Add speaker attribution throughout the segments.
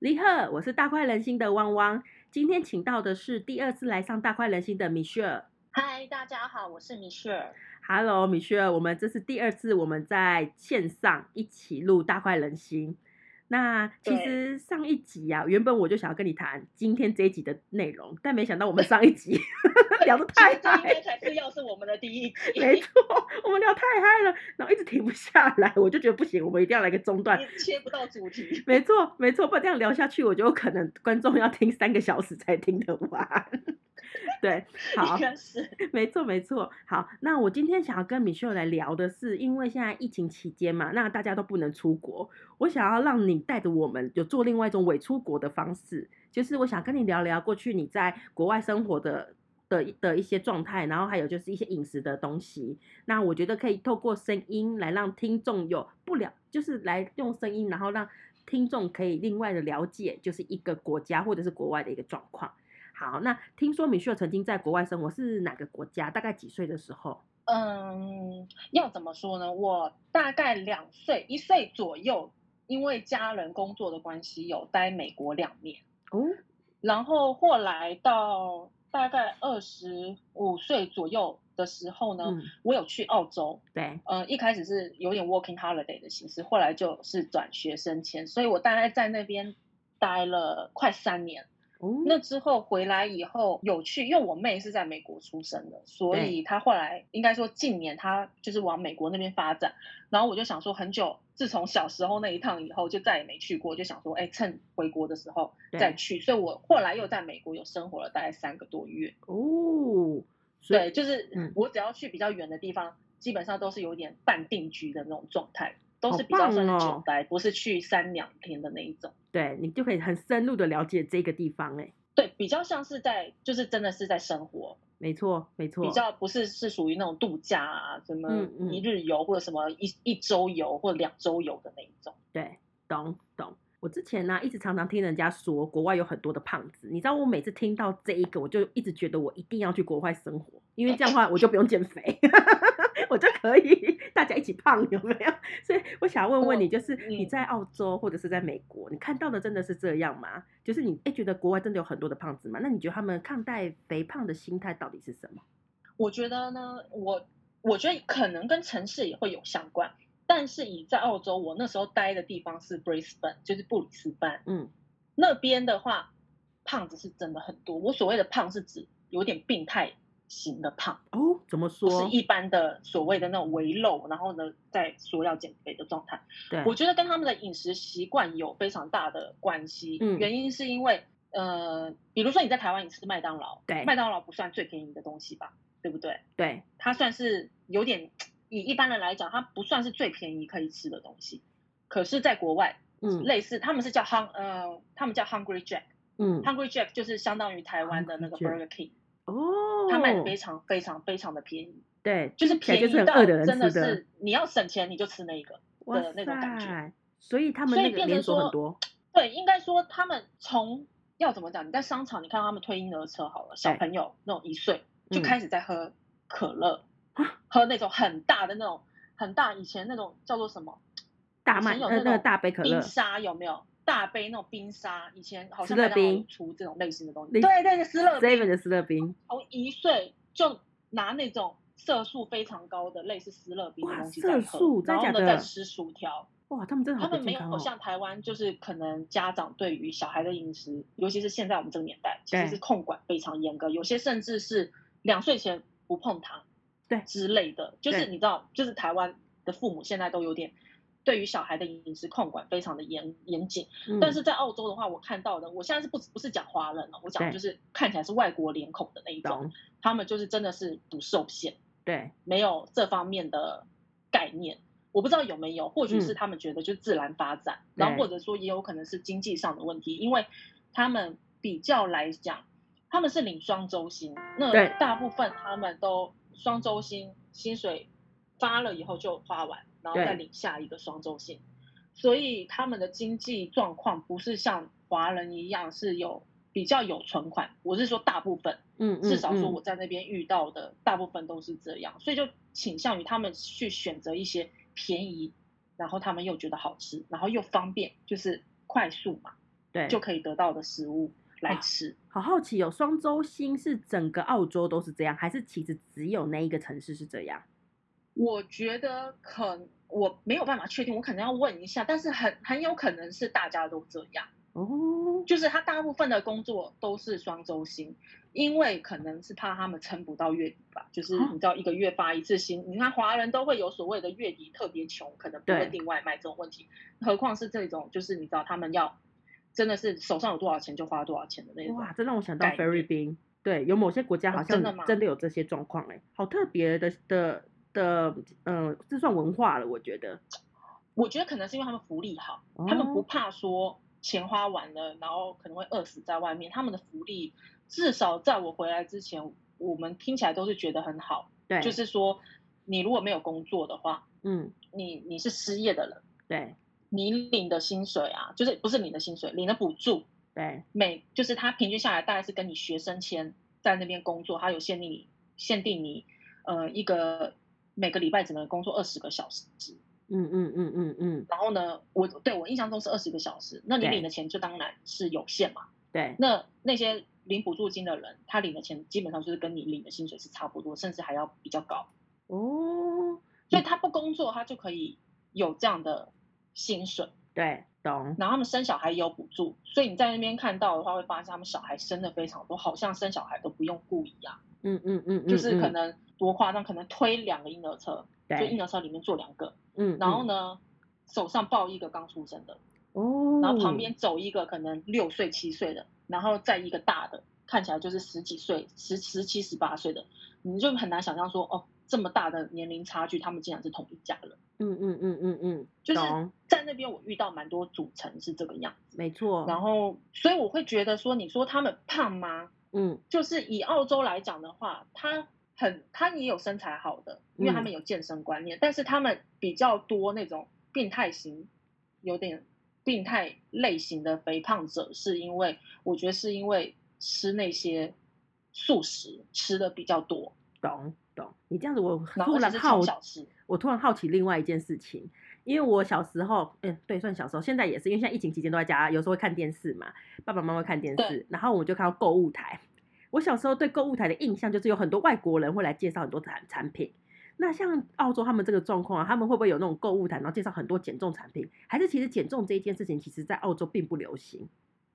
Speaker 1: 李贺，我是大快人心的汪汪。今天请到的是第二次来上大快人心的米雪儿。
Speaker 2: 嗨，大家好，我是米雪。
Speaker 1: Hello，米雪儿，我们这是第二次我们在线上一起录大快人心。那其实上一集啊，原本我就想要跟你谈今天这一集的内容，但没想到我们上一集 聊得太
Speaker 2: 这应该
Speaker 1: 嗨，
Speaker 2: 才是要是我们的第一集，
Speaker 1: 没错，我们聊太嗨了，然后一直停不下来，我就觉得不行，我们一定要来个中断。
Speaker 2: 你 切不到主题。
Speaker 1: 没错，没错，不然这样聊下去，我就有可能观众要听三个小时才听得完。 对， 好
Speaker 2: 应，该是
Speaker 1: 没错，没错。好，那我今天想要跟米秀来聊的是，因为现在疫情期间嘛，那大家都不能出国，我想要让你带着我们有做另外一种伪出国的方式，就是我想跟你聊聊过去你在国外生活的。的的一些状态，然后还有就是一些饮食的东西。那我觉得可以透过声音来让听众有不了，就是来用声音，然后让听众可以另外的了解，就是一个国家或者是国外的一个状况。好，那听说米秀曾经在国外生活，是哪个国家？大概几岁的时候？
Speaker 2: 嗯，要怎么说呢？我大概两岁一岁左右，因为家人工作的关系，有待美国两年，
Speaker 1: 哦，
Speaker 2: 然后后来到大概二十五岁左右的时候呢，
Speaker 1: 嗯，
Speaker 2: 我有去澳洲。
Speaker 1: 对，
Speaker 2: 呃，一开始是有点 working holiday 的形式，后来就是转学生签，所以我大概在那边待了快三年。
Speaker 1: 哦，
Speaker 2: 那之后回来以后有去，因为我妹是在美国出生的，所以她后来应该说近年她就是往美国那边发展。然后我就想说，很久自从小时候那一趟以后，就再也没去过，就想说，哎，趁回国的时候
Speaker 1: 对
Speaker 2: 再去。所以我后来又在美国有生活了大概三个多月。
Speaker 1: 哦，所
Speaker 2: 对，
Speaker 1: 以
Speaker 2: 就是
Speaker 1: 嗯
Speaker 2: 我只要去比较远的地方，基本上都是有点半定居的那种状态，都
Speaker 1: 好
Speaker 2: 是比较算
Speaker 1: 棒
Speaker 2: 是
Speaker 1: 哦
Speaker 2: 久待，不是去三两天的那一种。
Speaker 1: 对你就可以很深入的了解这个地方，哎，
Speaker 2: 对，比较像是在，就是真的是在生活，
Speaker 1: 没错，没错，
Speaker 2: 比较不是是属于那种度假啊，什么
Speaker 1: 嗯嗯嗯
Speaker 2: 一日游或者什么一一周游或两周游的那一种。
Speaker 1: 对，懂懂。我之前呢、一直常常听人家说国外有很多的胖子，你知道我每次听到这一个，我就一直觉得我一定要去国外生活，因为这样的话我就不用减肥， 我就可以大家一起胖，有没有？ 所以我想问问你，
Speaker 2: 哦
Speaker 1: 就是
Speaker 2: 嗯
Speaker 1: 你在澳洲或者是在美国，你看到的真的是这样吗？就是你哎、觉得国外真的有很多的胖子吗？那你觉得他们看待肥胖的心态到底是什么？
Speaker 2: 我觉得呢，我我觉得可能跟城市也会有相关，但是以在澳洲我那时候待的地方是 Brisbane，就是布里斯班。
Speaker 1: 嗯，
Speaker 2: 那边的话，胖子是真的很多。我所谓的胖是指有点病态型的胖，
Speaker 1: 哦，怎么
Speaker 2: 不
Speaker 1: 说
Speaker 2: 是？一般的所谓的那种围肉，然后呢再说要减肥的状态。
Speaker 1: 对，
Speaker 2: 我觉得跟他们的饮食习惯有非常大的关系。
Speaker 1: 嗯
Speaker 2: 原因是因为呃，比如说你在台湾你吃麦当劳，
Speaker 1: 对
Speaker 2: 麦当劳不算最便宜的东西吧，对不对？
Speaker 1: 对
Speaker 2: 它算是有点以一般人来讲，它不算是最便宜可以吃的东西。可是，在国外，
Speaker 1: 嗯
Speaker 2: 类似他们是叫 hung 呃，他们叫 Hungry Jack。
Speaker 1: 嗯
Speaker 2: Hungry Jack 就是相当于台湾的那个
Speaker 1: Hungry
Speaker 2: Burger King，
Speaker 1: 哦，
Speaker 2: 它卖的非常非常非常的便宜，
Speaker 1: 对，
Speaker 2: 就是
Speaker 1: 听起来
Speaker 2: 便
Speaker 1: 就是
Speaker 2: 宜
Speaker 1: 很
Speaker 2: 到
Speaker 1: 饿的人
Speaker 2: 真的
Speaker 1: 吃的
Speaker 2: 是你要省钱你就吃那一个。
Speaker 1: 哇
Speaker 2: 的那种感觉
Speaker 1: 塞所以他们
Speaker 2: 所
Speaker 1: 那
Speaker 2: 以
Speaker 1: 个
Speaker 2: 变
Speaker 1: 连
Speaker 2: 成
Speaker 1: 锁很
Speaker 2: 说
Speaker 1: 多，
Speaker 2: 对，应该说他们从要怎么讲？你在商场你看到他们推婴儿车好了，小
Speaker 1: 对
Speaker 2: 朋友那种一岁就
Speaker 1: 嗯啊
Speaker 2: 开始在喝可乐，喝那种很大的那种很大以前那种叫做什么
Speaker 1: 大
Speaker 2: 以
Speaker 1: 麦
Speaker 2: 前有
Speaker 1: 呃
Speaker 2: 那
Speaker 1: 那个
Speaker 2: 种
Speaker 1: 大杯可乐
Speaker 2: 冰，沙有没有？大杯那种冰沙，以前好像
Speaker 1: 斯乐
Speaker 2: 麦当劳有
Speaker 1: 冰
Speaker 2: 出这种类型的东西。
Speaker 1: 类
Speaker 2: 对对对，斯乐冰
Speaker 1: seven 的斯乐冰，
Speaker 2: 从哦一岁就拿那种色素非常高的类似斯乐冰的
Speaker 1: 哇
Speaker 2: 东西
Speaker 1: 色
Speaker 2: 在喝，
Speaker 1: 素真
Speaker 2: 然后
Speaker 1: 假
Speaker 2: 呢
Speaker 1: 的
Speaker 2: 再吃薯条。
Speaker 1: 哇，他们真的好
Speaker 2: 哦他
Speaker 1: 不
Speaker 2: 们没
Speaker 1: 健康
Speaker 2: 有
Speaker 1: 哦。
Speaker 2: 像台湾，就是可能家长对于小孩的饮食，尤其是现在我们这个年代，其
Speaker 1: 对
Speaker 2: 实是控管非常严格，有些甚至是两岁前不碰糖，
Speaker 1: 对
Speaker 2: 之类的。就是
Speaker 1: 对
Speaker 2: 你知道，就是台湾的父母现在都有点对于小孩的饮食控管非常的严严谨。
Speaker 1: 嗯
Speaker 2: 但是在澳洲的话，我看到的，我现在是不不是讲华人了，哦我
Speaker 1: 对
Speaker 2: 讲就是看起来是外国脸孔的那一种，
Speaker 1: 懂
Speaker 2: 他们就是真的是不受限，
Speaker 1: 对
Speaker 2: 没有这方面的概念。我不知道有没有，或许是他们觉得就自然发展，然
Speaker 1: 嗯
Speaker 2: 后
Speaker 1: 对
Speaker 2: 或者说也有可能是经济上的问题，因为他们比较来讲，他们是领双周薪，那
Speaker 1: 对
Speaker 2: 大部分他们都双周薪，薪水发了以后就花完，然后
Speaker 1: 对
Speaker 2: 再领下一个双周薪，所以他们的经济状况不是像华人一样是有比较有存款，我是说大部分，
Speaker 1: 嗯嗯
Speaker 2: 至少说
Speaker 1: 嗯
Speaker 2: 我在那边遇到的大部分都是这样，所以就倾向于他们去选择一些便宜，然后他们又觉得好吃，然后又方便，就是快速嘛，
Speaker 1: 对，
Speaker 2: 就可以得到的食物来吃。
Speaker 1: 好好奇哦，双周星是整个澳洲都是这样，还是其实只有那一个城市是这样？
Speaker 2: 我觉得可我没有办法确定，我可能要问一下，但是很很有可能是大家都这样，
Speaker 1: 哦，
Speaker 2: 就是他大部分的工作都是双周薪，因为可能是怕他们撑不到月底吧，就是
Speaker 1: 啊
Speaker 2: 你知道一个月发一次薪，你看华人都会有所谓的月底特别穷，可能不
Speaker 1: 对
Speaker 2: 会订外卖这种问题，何况是这种就是你知道他们要真的是手上有多少钱就花多少钱的那种，
Speaker 1: 哇，这让我想到
Speaker 2: 概
Speaker 1: 菲律
Speaker 2: 念
Speaker 1: 宾，对，有某些国家好
Speaker 2: 哦
Speaker 1: 像
Speaker 2: 真的吗
Speaker 1: 真的有这些状况，哎，好特别的的的，嗯，这算文化了，我觉得。
Speaker 2: 我觉得可能是因为他们福利好。他们不
Speaker 1: 哦
Speaker 2: 怕说钱花完了，然后可能会饿死在外面。他们的福利至少在我回来之前，我们听起来都是觉得很好。
Speaker 1: 对，
Speaker 2: 就是说，你如果没有工作的话，
Speaker 1: 嗯，
Speaker 2: 你你是失业的人，
Speaker 1: 对
Speaker 2: 你领的薪水啊，就是不是领的薪水，领的补助，
Speaker 1: 对，
Speaker 2: 每就是他平均下来大概是跟你学生签在那边工作，他有限定你限定你呃一个每个礼拜只能工作二十个小时。
Speaker 1: 嗯嗯嗯嗯嗯，
Speaker 2: 然后呢，我对我印象中是二十个小时，那你
Speaker 1: 对
Speaker 2: 领的钱就当然是有限嘛。
Speaker 1: 对，
Speaker 2: 那那些领补助金的人，他领的钱基本上就是跟你领的薪水是差不多，甚至还要比较高。
Speaker 1: 哦，
Speaker 2: 所以他不工作，他就可以有这样的薪水。
Speaker 1: 对，懂，
Speaker 2: 然后他们生小孩也有补助，所以你在那边看到的话，会发现他们小孩生的非常多，好像生小孩都不用雇一样，
Speaker 1: 嗯嗯嗯，
Speaker 2: 就是
Speaker 1: 嗯
Speaker 2: 可
Speaker 1: 嗯
Speaker 2: 能多夸张，可能推两个婴儿车，就
Speaker 1: 对
Speaker 2: 婴，儿车里面坐两个，
Speaker 1: 嗯，
Speaker 2: 然后
Speaker 1: 嗯？
Speaker 2: 呢手上抱一个刚出生的，
Speaker 1: 哦，
Speaker 2: 然后旁边走一个可能六岁七岁的，然后再一个大的，看起来就是十几岁、十十七、十八岁的，你就很难想象说，哦，这么大的年龄差距，他们竟然是同一家人。
Speaker 1: 嗯，嗯嗯嗯嗯
Speaker 2: 就
Speaker 1: 嗯，
Speaker 2: 是
Speaker 1: 懂，
Speaker 2: 在那边我遇到蛮多组成是这个样子，
Speaker 1: 没错，
Speaker 2: 然后所以我会觉得说，你说他们胖吗？
Speaker 1: 嗯，
Speaker 2: 就是以澳洲来讲的话，他很他也有身材好的，因为他
Speaker 1: 嗯
Speaker 2: 们有健身观念，但是他们比较多那种病态型，有点病态类型的肥胖者，是因为我觉得是因为吃那些素食吃的比较多，
Speaker 1: 懂懂。你这样子，我
Speaker 2: 然后
Speaker 1: 突
Speaker 2: 而
Speaker 1: 然
Speaker 2: 且是
Speaker 1: 好
Speaker 2: 从小吃，
Speaker 1: 我突然好奇另外一件事情，因为我小时候，嗯，对，算小时候，现在也是，因为现在疫情期间都在家，有时候会看电视嘛，爸爸妈妈会看电视
Speaker 2: 对，
Speaker 1: 然后我们就看到购物台。我小时候对购物台的印象就是有很多外国人会来介绍很多产产品。那像澳洲他们这个状况啊，他们会不会有那种购物台，然后介绍很多减重产品？还是其实减重这一件事情，其实在澳洲并不流行？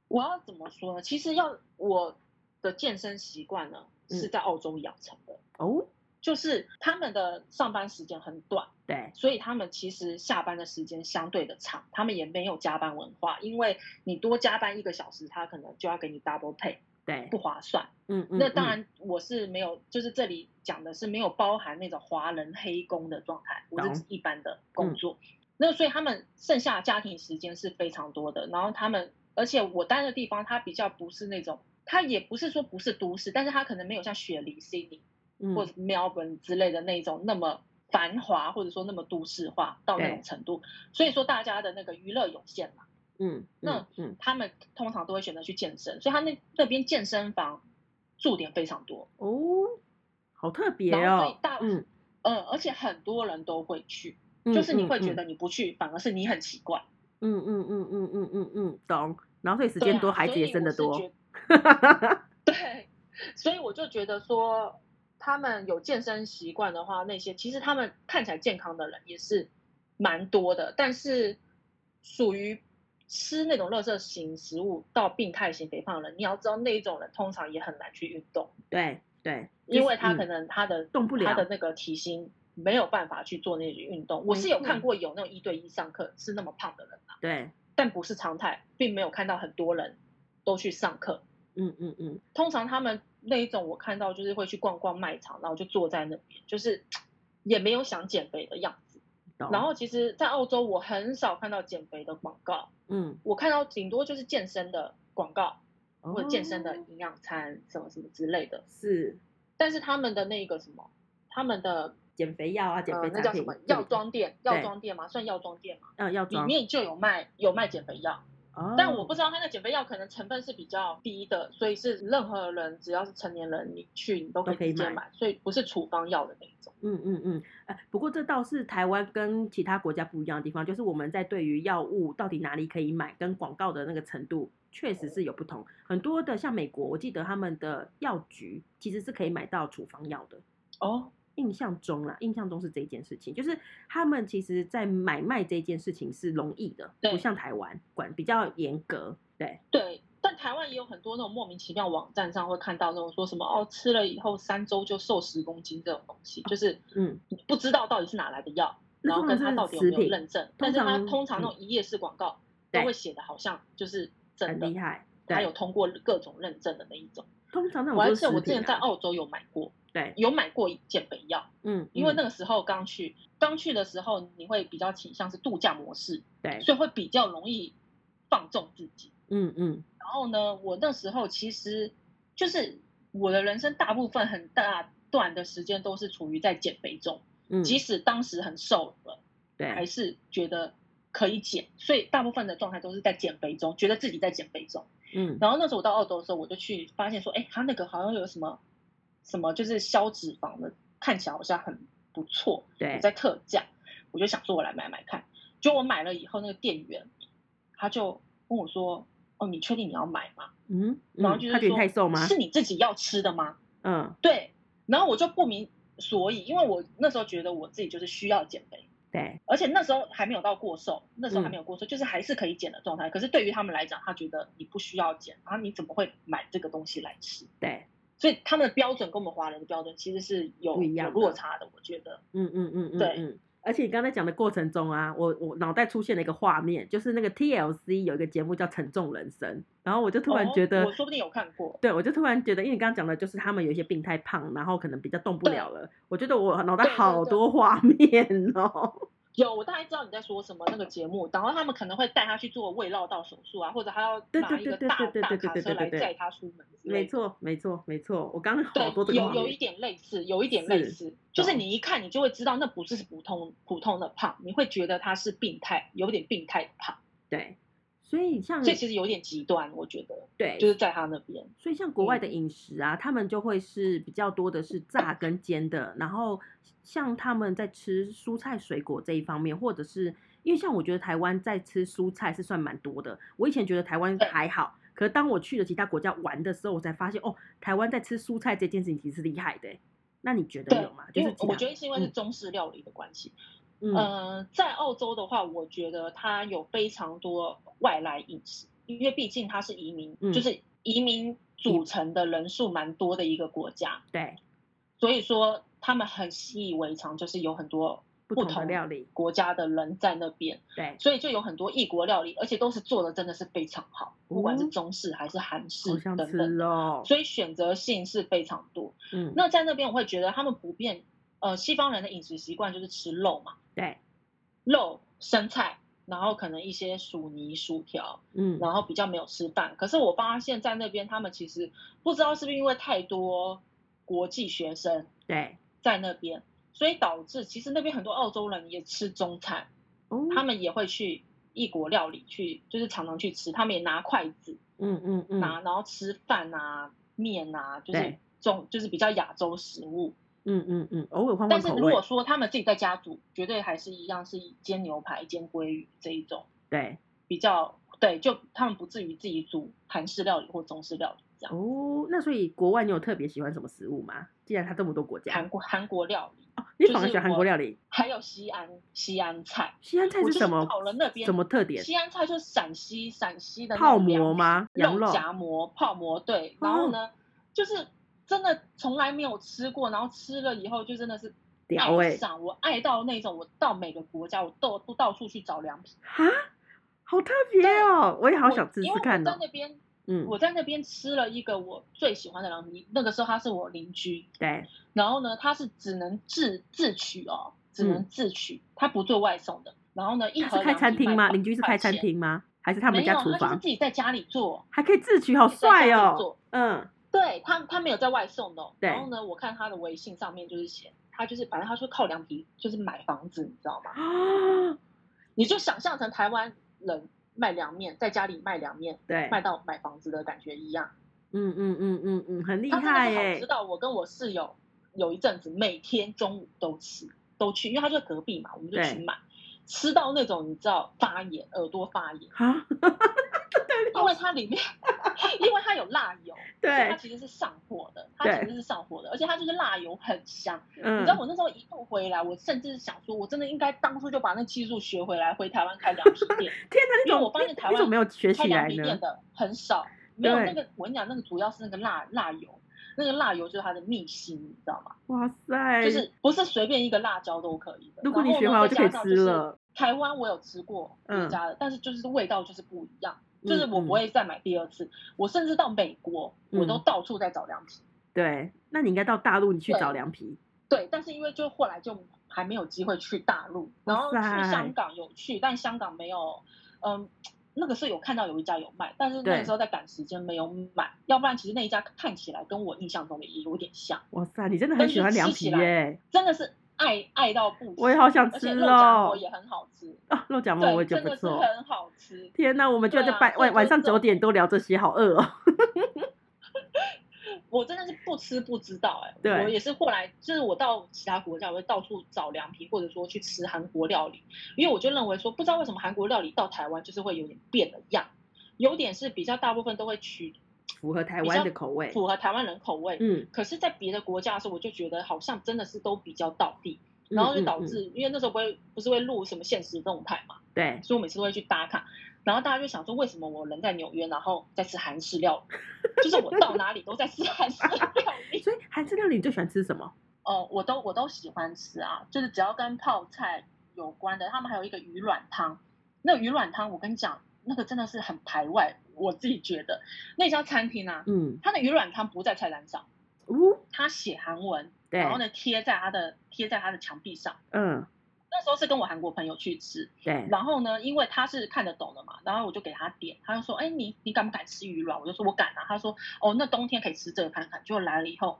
Speaker 2: 我要怎么说呢？其实要我的健身习惯呢是
Speaker 1: 嗯
Speaker 2: 在澳洲养成的，
Speaker 1: 哦，
Speaker 2: 就是他们的上班时间很短。
Speaker 1: 对，
Speaker 2: 所以他们其实下班的时间相对的长，他们也没有加班文化，因为你多加班一个小时，他可能就要给你 double pay，
Speaker 1: 对
Speaker 2: 不，划算。
Speaker 1: 嗯嗯，
Speaker 2: 那
Speaker 1: 嗯，
Speaker 2: 当然，我是没有，就是这里讲的是没有包含那种华人黑工的状态，我
Speaker 1: 懂嗯
Speaker 2: 是指一般的工作。那所以他们剩下的家庭时间是非常多的，然后他们，而且我待的地方，它比较不是那种，它也不是说不是都市，但是它可能没有像雪梨、Sydney
Speaker 1: 嗯
Speaker 2: 或者 Melbourne 之类的那种那么繁华，或者说那么都市化到那
Speaker 1: 对
Speaker 2: 种程度。所以说大家的那个娱乐有限嘛，
Speaker 1: 嗯嗯
Speaker 2: 那
Speaker 1: 嗯，
Speaker 2: 他们通常都会选择去健身，所以他那那边健身房驻点非常多，
Speaker 1: 哦，好特别
Speaker 2: 然后所以
Speaker 1: 哦，
Speaker 2: 大，
Speaker 1: 嗯，
Speaker 2: 呃，而且很多人都会去，
Speaker 1: 嗯
Speaker 2: 就是你
Speaker 1: 嗯
Speaker 2: 会觉
Speaker 1: 嗯
Speaker 2: 得你不去，反而是你很奇怪。
Speaker 1: 嗯嗯嗯嗯嗯嗯嗯，懂。然后所以时
Speaker 2: 对
Speaker 1: 间
Speaker 2: 啊
Speaker 1: 多，孩
Speaker 2: 所
Speaker 1: 子也
Speaker 2: 以
Speaker 1: 生
Speaker 2: 我
Speaker 1: 得
Speaker 2: 是
Speaker 1: 多
Speaker 2: 觉。 对，所以我就觉得说，他们有健身习惯的话，那些其实他们看起来健康的人也是蛮多的，但是属于吃那种垃圾型食物到病态型肥胖的人，你要知道那一种人通常也很难去运动，
Speaker 1: 对对，
Speaker 2: 因为他
Speaker 1: 嗯
Speaker 2: 可能他的、
Speaker 1: 动不
Speaker 2: 他
Speaker 1: 了
Speaker 2: 的那个体型。没有办法去做那些运动，我是有
Speaker 1: 没
Speaker 2: 看
Speaker 1: 错
Speaker 2: 过有那种一对一上课是那么胖的人啊，
Speaker 1: 对，
Speaker 2: 但不是常态，并没有看到很多人都去上课。
Speaker 1: 嗯嗯嗯，
Speaker 2: 通常他们那一种我看到就是会去逛逛卖场，然后就坐在那边，就是也没有想减肥的样子。
Speaker 1: 懂。
Speaker 2: 然后其实，在澳洲我很少看到减肥的广告，
Speaker 1: 嗯，
Speaker 2: 我看到顶多就是健身的广告或者健身的
Speaker 1: 哦
Speaker 2: 营养餐什么什么之类的。
Speaker 1: 是
Speaker 2: 但是他们的那个什么，他们的
Speaker 1: 减肥药啊，减
Speaker 2: 呃
Speaker 1: 肥
Speaker 2: 那
Speaker 1: 产
Speaker 2: 叫
Speaker 1: 品
Speaker 2: 什么
Speaker 1: 对
Speaker 2: 药
Speaker 1: 不对
Speaker 2: 妆店，药
Speaker 1: 对
Speaker 2: 妆店嘛，算药妆店嘛，
Speaker 1: 嗯药
Speaker 2: 里
Speaker 1: 妆
Speaker 2: 面就有卖有卖减肥药，
Speaker 1: 哦
Speaker 2: 但我不知道它那减肥药可能成分是比较低的，所以是任何人只要是成年人，你去你都可以
Speaker 1: 都可以
Speaker 2: 直接
Speaker 1: 买
Speaker 2: 买，所以不是处方药的那一种。
Speaker 1: 嗯嗯嗯，呃，不过这倒是台湾跟其他国家不一样的地方，就是我们在对于药物到底哪里可以买，跟广告的那个程度确实是有不同。很多的像美国，我记得他们的药局其实是可以买到处方药的，
Speaker 2: 哦，
Speaker 1: 印象中啦，印象中是这件事情，就是他们其实在买卖这件事情是容易的，不
Speaker 2: 对
Speaker 1: 像台湾管比较严格。对，
Speaker 2: 对，但台湾也有很多那种莫名其妙网站上会看到那种说什么哦，吃了以后三周就瘦十公斤这种东西，就是
Speaker 1: 嗯，
Speaker 2: 你不知道到底是哪来的药，
Speaker 1: 那
Speaker 2: 然后
Speaker 1: 通常
Speaker 2: 跟它
Speaker 1: 是
Speaker 2: 到底有
Speaker 1: 食
Speaker 2: 没有
Speaker 1: 品
Speaker 2: 认证，但是它
Speaker 1: 常
Speaker 2: 通常
Speaker 1: 嗯
Speaker 2: 那种一页式广告
Speaker 1: 对
Speaker 2: 都会写的好像就是真
Speaker 1: 很
Speaker 2: 的
Speaker 1: 厉，害。
Speaker 2: 它有
Speaker 1: 对，
Speaker 2: 通过各种认证的那一种。
Speaker 1: 通常那
Speaker 2: 我
Speaker 1: 种
Speaker 2: 还
Speaker 1: 就
Speaker 2: 记
Speaker 1: 是
Speaker 2: 得我
Speaker 1: 食
Speaker 2: 之前
Speaker 1: 品
Speaker 2: 在
Speaker 1: 啊。
Speaker 2: 澳洲有买过，
Speaker 1: 对，
Speaker 2: 有买过减肥药，
Speaker 1: 嗯，
Speaker 2: 因为
Speaker 1: 嗯
Speaker 2: 那个时候刚去，刚去的时候你会比较倾向是度假模式，
Speaker 1: 对，
Speaker 2: 所以会比较容易放纵自己。
Speaker 1: 嗯嗯
Speaker 2: 然后呢，我那时候其实就是我的人生大部分很大段的时间都是处于在减肥中，
Speaker 1: 嗯，
Speaker 2: 即使当时很瘦了，还
Speaker 1: 对，
Speaker 2: 是觉得可以减，所以大部分的状态都是在减肥中，觉得自己在减肥中。
Speaker 1: 嗯，
Speaker 2: 然后那时候我到澳洲的时候，我就去发现说，哎，他那个好像有什么什么，就是消脂肪的，看起来好像很不错，
Speaker 1: 对
Speaker 2: 有，在特价，我就想说我来买买看。结果我买了以后，那个店员他就问我说：“哦，你确定你要买吗
Speaker 1: 嗯，？”
Speaker 2: 然后
Speaker 1: 嗯
Speaker 2: 就是
Speaker 1: 他觉得你
Speaker 2: 说：“
Speaker 1: 太瘦吗？
Speaker 2: 是你自己要吃的吗
Speaker 1: 嗯，？”
Speaker 2: 对，然后我就不明所以，因为我那时候觉得我自己就是需要减肥。
Speaker 1: 对，
Speaker 2: 而且那时候还没有到过瘦，那时候还
Speaker 1: 嗯
Speaker 2: 没有过瘦，就是还是可以减的状态。可是对于他们来讲，他觉得你不需要减，然后你怎么会买这个东西来吃？
Speaker 1: 对，
Speaker 2: 所以他们的标准跟我们华人的标准其实是有
Speaker 1: 不一样
Speaker 2: 有
Speaker 1: 的
Speaker 2: 落差的，我觉得。
Speaker 1: 嗯嗯嗯嗯，
Speaker 2: 对
Speaker 1: 嗯。而且你刚才讲的过程中啊，我我脑袋出现了一个画面，就是那个 TLC 有一个节目叫《沉重人生》，然后我就突然觉得，
Speaker 2: 哦、我说不定有看过，
Speaker 1: 对我就突然觉得，因为你刚刚讲的就是他们有一些病太胖，然后可能比较动不
Speaker 2: 对
Speaker 1: 了了，我觉得我脑袋
Speaker 2: 对对
Speaker 1: 好
Speaker 2: 对
Speaker 1: 多画面 哦。
Speaker 2: 有我大概知道你在说什么那个节目，然后他们可能会带他去做胃绕道手术啊，或者他要
Speaker 1: 对
Speaker 2: 拿
Speaker 1: 对
Speaker 2: 一个
Speaker 1: 对
Speaker 2: 大
Speaker 1: 对对
Speaker 2: 大
Speaker 1: 对对
Speaker 2: 卡
Speaker 1: 对
Speaker 2: 车
Speaker 1: 对
Speaker 2: 来
Speaker 1: 对
Speaker 2: 载他出门之类
Speaker 1: 没
Speaker 2: 的。
Speaker 1: 错，没错，没错，我刚刚好多这
Speaker 2: 对，
Speaker 1: 个
Speaker 2: 有
Speaker 1: 画
Speaker 2: 有一
Speaker 1: 面。
Speaker 2: 点类似，有一点
Speaker 1: 是
Speaker 2: 类似，就是
Speaker 1: 懂
Speaker 2: 你一看你就会知道，那不是普通普通的胖，你会觉得他是病态，有点病态的胖，
Speaker 1: 对，所以像
Speaker 2: 所以其实有点极端，我觉得
Speaker 1: 嗯对，
Speaker 2: 就是在他那边，
Speaker 1: 所以像国外的
Speaker 2: 嗯
Speaker 1: 饮食啊，他们就会是比较多的是炸跟煎的，然后像他们在吃蔬菜水果这一方面，或者是因为像我觉得台湾在吃蔬菜是算蛮多的，我以前觉得台湾
Speaker 2: 对
Speaker 1: 还好，可是当我去了其他国家玩的时候，我才发现哦，台湾在吃蔬菜这件事情其实是厉害的欸。那你觉得
Speaker 2: 对
Speaker 1: 有吗？，就
Speaker 2: 因
Speaker 1: 是
Speaker 2: 为
Speaker 1: 其
Speaker 2: 我
Speaker 1: 他
Speaker 2: 觉得是因为是
Speaker 1: 嗯
Speaker 2: 中式料理的关系。
Speaker 1: 嗯
Speaker 2: 呃，在澳洲的话，我觉得它有非常多外来饮食，因为毕竟它是移民，
Speaker 1: 嗯
Speaker 2: 就是移民组成的人数蛮多的一个国家，
Speaker 1: 对
Speaker 2: 所以说他们很习以为常，就是有很多
Speaker 1: 不
Speaker 2: 不
Speaker 1: 同的
Speaker 2: 同
Speaker 1: 料理
Speaker 2: 国家的人在那边，
Speaker 1: 对
Speaker 2: 所以就有很多异国料理，而且都是做的真的是非常好，不管是
Speaker 1: 哦
Speaker 2: 中式还是韩式
Speaker 1: 好想
Speaker 2: 等等，
Speaker 1: 吃哦，
Speaker 2: 所以选择性是非常多。
Speaker 1: 嗯
Speaker 2: 那在那边我会觉得他们普遍，呃，西方人的饮食习惯就是吃肉嘛。
Speaker 1: 对
Speaker 2: 肉、生菜，然后可能一些薯泥、薯条，
Speaker 1: 嗯
Speaker 2: 然后比较没有吃饭。可是我发现，在那边他们其实不知道是不是因为太多国际学生
Speaker 1: 对
Speaker 2: 在那边，所以导致其实那边很多澳洲人也吃中餐，
Speaker 1: 哦
Speaker 2: 他们也会去异国料理去，就是常常去吃，他们也拿筷子
Speaker 1: 嗯嗯嗯
Speaker 2: 拿，然后吃饭啊、面啊，就是
Speaker 1: 对
Speaker 2: 中就是比较亚洲食物。
Speaker 1: 嗯嗯嗯，偶尔换换
Speaker 2: 但是
Speaker 1: 口
Speaker 2: 如
Speaker 1: 味
Speaker 2: 果说他们自己在家煮，绝对还是一样是以煎牛排、煎鲑鱼这一种。
Speaker 1: 对。
Speaker 2: 比较对，就他们不至于自己煮韩式料理或中式料理这样。
Speaker 1: 哦，那所以国外你有特别喜欢什么食物吗？既然它这么多国家
Speaker 2: 韩，国韩国料理，
Speaker 1: 哦、你
Speaker 2: 就
Speaker 1: 反而
Speaker 2: 是
Speaker 1: 喜欢韩
Speaker 2: 我
Speaker 1: 国料理。
Speaker 2: 还有西安西安菜，
Speaker 1: 西安菜
Speaker 2: 我
Speaker 1: 是
Speaker 2: 就是
Speaker 1: 什么？
Speaker 2: 到了那边
Speaker 1: 什么特点？
Speaker 2: 西安菜就是陕西陕西的那
Speaker 1: 泡
Speaker 2: 种
Speaker 1: 馍
Speaker 2: 凉
Speaker 1: 吗？羊
Speaker 2: 肉
Speaker 1: 肉？哦
Speaker 2: 夹馍、泡馍，对。然后呢，就是真的从来没有吃过，然后吃了以后就真的是。
Speaker 1: 屌
Speaker 2: 爱
Speaker 1: 哎、
Speaker 2: 上我爱到那种，我到每个国家，我都都到处去找凉皮，
Speaker 1: 哈，好特别
Speaker 2: 对
Speaker 1: 哦！我也好
Speaker 2: 我
Speaker 1: 想试
Speaker 2: 因
Speaker 1: 试
Speaker 2: 为我
Speaker 1: 看
Speaker 2: 在
Speaker 1: 哦。
Speaker 2: 那边，
Speaker 1: 嗯，
Speaker 2: 我在那边吃了一个我最喜欢的凉皮，那个时候他是我邻居，
Speaker 1: 对，
Speaker 2: 然后呢，它是只能自自取哦，只能自取，它不做外送的。然后呢，一
Speaker 1: 他
Speaker 2: 盒
Speaker 1: 嗯是开
Speaker 2: 凉
Speaker 1: 餐
Speaker 2: 皮
Speaker 1: 厅
Speaker 2: 卖
Speaker 1: 吗？
Speaker 2: 8
Speaker 1: 邻居是开餐
Speaker 2: 块钱，
Speaker 1: 厅吗？还是他们
Speaker 2: 没
Speaker 1: 家
Speaker 2: 有
Speaker 1: 厨
Speaker 2: 他就是
Speaker 1: 房？
Speaker 2: 自己在家里做，
Speaker 1: 还可以自取，好
Speaker 2: 自己在家
Speaker 1: 帅
Speaker 2: 里
Speaker 1: 哦！
Speaker 2: 做
Speaker 1: 嗯，
Speaker 2: 对他，他没有在外送的哦、
Speaker 1: 对
Speaker 2: 然后呢，我看他的微信上面就是写，他就是反正他说靠凉皮就是买房子，你知道吗？
Speaker 1: 啊，
Speaker 2: 你就想象成台湾人卖凉面，在家里卖凉面，
Speaker 1: 对，
Speaker 2: 卖到买房子的感觉一样。
Speaker 1: 嗯嗯嗯嗯嗯，很厉
Speaker 2: 他啊真的
Speaker 1: 害
Speaker 2: 是好
Speaker 1: 耶
Speaker 2: 知。道我跟我室友有一阵子每天中午都吃都去，因为他就在隔壁嘛，我们就去
Speaker 1: 对
Speaker 2: 买，吃到那种你知道发炎，耳朵发炎，
Speaker 1: 啊，
Speaker 2: 因为它里面 因为它有辣油，所以它
Speaker 1: 对，
Speaker 2: 其实是上火的，它其
Speaker 1: 对
Speaker 2: 实是上火的，而且它就是辣油很香。
Speaker 1: 嗯，
Speaker 2: 你知道我那时候一度回来，我甚至想说，我真的应该当初就把那技术学回来，回台湾开凉皮 店。
Speaker 1: 天哪，你
Speaker 2: 因
Speaker 1: 怎
Speaker 2: 为
Speaker 1: 么
Speaker 2: 我发现
Speaker 1: 你
Speaker 2: 台
Speaker 1: 你
Speaker 2: 湾
Speaker 1: 怎么没有学
Speaker 2: 开
Speaker 1: 起
Speaker 2: 凉
Speaker 1: 来
Speaker 2: 皮店
Speaker 1: 呢？
Speaker 2: 的很少，没有
Speaker 1: 对
Speaker 2: 那个我跟你讲，那个主要是那个辣辣油，那个辣油就是它的秘辛，你知道吗？
Speaker 1: 哇塞，
Speaker 2: 就是不是随便一个辣椒都可以
Speaker 1: 哎
Speaker 2: 的。
Speaker 1: 如果你
Speaker 2: 然后
Speaker 1: 学
Speaker 2: 呢
Speaker 1: 会，我
Speaker 2: 再
Speaker 1: 就可以
Speaker 2: 加上
Speaker 1: 吃
Speaker 2: 是
Speaker 1: 了。
Speaker 2: 台湾我有吃过别
Speaker 1: 嗯
Speaker 2: 家的，但是就是味道就是不一样，就是
Speaker 1: 嗯
Speaker 2: 我不
Speaker 1: 嗯
Speaker 2: 会再买第二次。我甚至到美国，我都
Speaker 1: 嗯
Speaker 2: 到处在找凉皮。
Speaker 1: 对，那你应该到大陆你去
Speaker 2: 对
Speaker 1: 找凉皮。
Speaker 2: 对，但是因为就后来就还没有机会去大陆，
Speaker 1: 哇
Speaker 2: 然后去
Speaker 1: 塞
Speaker 2: 香港有去，但香港没有，嗯，那个是有看到有一家有卖，但是那
Speaker 1: 对
Speaker 2: 个时候在赶时间没有买，要不然其实那一家看起来跟我印象中的也有点像，
Speaker 1: 哇塞，你真的
Speaker 2: 但
Speaker 1: 很喜
Speaker 2: 是
Speaker 1: 欢
Speaker 2: 吃
Speaker 1: 凉
Speaker 2: 起
Speaker 1: 皮
Speaker 2: 来
Speaker 1: 耶！
Speaker 2: 真的是爱爱到不行。
Speaker 1: 我也好想
Speaker 2: 而
Speaker 1: 吃
Speaker 2: 且肉夹
Speaker 1: 哦
Speaker 2: 馍。也很好吃，
Speaker 1: 啊，肉夹馍我
Speaker 2: 对，
Speaker 1: 也觉
Speaker 2: 真
Speaker 1: 得不
Speaker 2: 的是
Speaker 1: 错。
Speaker 2: 很好吃。
Speaker 1: 天哪，我们居然
Speaker 2: 对
Speaker 1: 在
Speaker 2: 啊
Speaker 1: 半
Speaker 2: 所以
Speaker 1: 晚晚
Speaker 2: 就是
Speaker 1: 上
Speaker 2: 这种
Speaker 1: 九点都聊这些，好饿哦。
Speaker 2: 我真的是不吃不知道哎、
Speaker 1: 对
Speaker 2: 我也是后来，就是我到其他国家，我会到处找凉皮，或者说去吃韩国料理，因为我就认为说，不知道为什么韩国料理到台湾就是会有点变了样，有点是比较大部分都会取
Speaker 1: 符合台
Speaker 2: 比
Speaker 1: 湾
Speaker 2: 较
Speaker 1: 的口味。
Speaker 2: 符合台湾人口味，
Speaker 1: 嗯，
Speaker 2: 可是，在别的国家的时候，我就觉得好像真的是都比较到地，
Speaker 1: 嗯
Speaker 2: 然后就
Speaker 1: 嗯
Speaker 2: 导
Speaker 1: 嗯
Speaker 2: 致，因为那时候不会不是会录什么现实动态嘛，
Speaker 1: 对，
Speaker 2: 所以我每次都会去打卡。然后大家就想说，为什么我人在纽约，然后在吃韩式料理？ 就是我到哪里都在吃韩式料理。
Speaker 1: 所以韩式料理你最喜欢吃什么？
Speaker 2: 呃，我都我都喜欢吃啊，就是只要跟泡菜有关的，他们还有一个鱼卵汤。那鱼卵汤，我跟你讲，那个真的是很排外，我自己觉得那家餐厅啊，
Speaker 1: 嗯，
Speaker 2: 它的鱼卵汤不在菜单上，
Speaker 1: 呜，
Speaker 2: 它写韩文，
Speaker 1: 对
Speaker 2: 然，后呢贴在它的贴在它的墙壁上。
Speaker 1: 嗯，
Speaker 2: 那时候是跟我韩国朋友去吃，
Speaker 1: 对，
Speaker 2: 然后呢，因为他是看得懂的嘛，然后我就给他点，他就说：“哎，你你敢不敢吃鱼卵？”我就说：“我敢啊。”他说：“哦，那冬天可以吃这个看看。”就来了以后，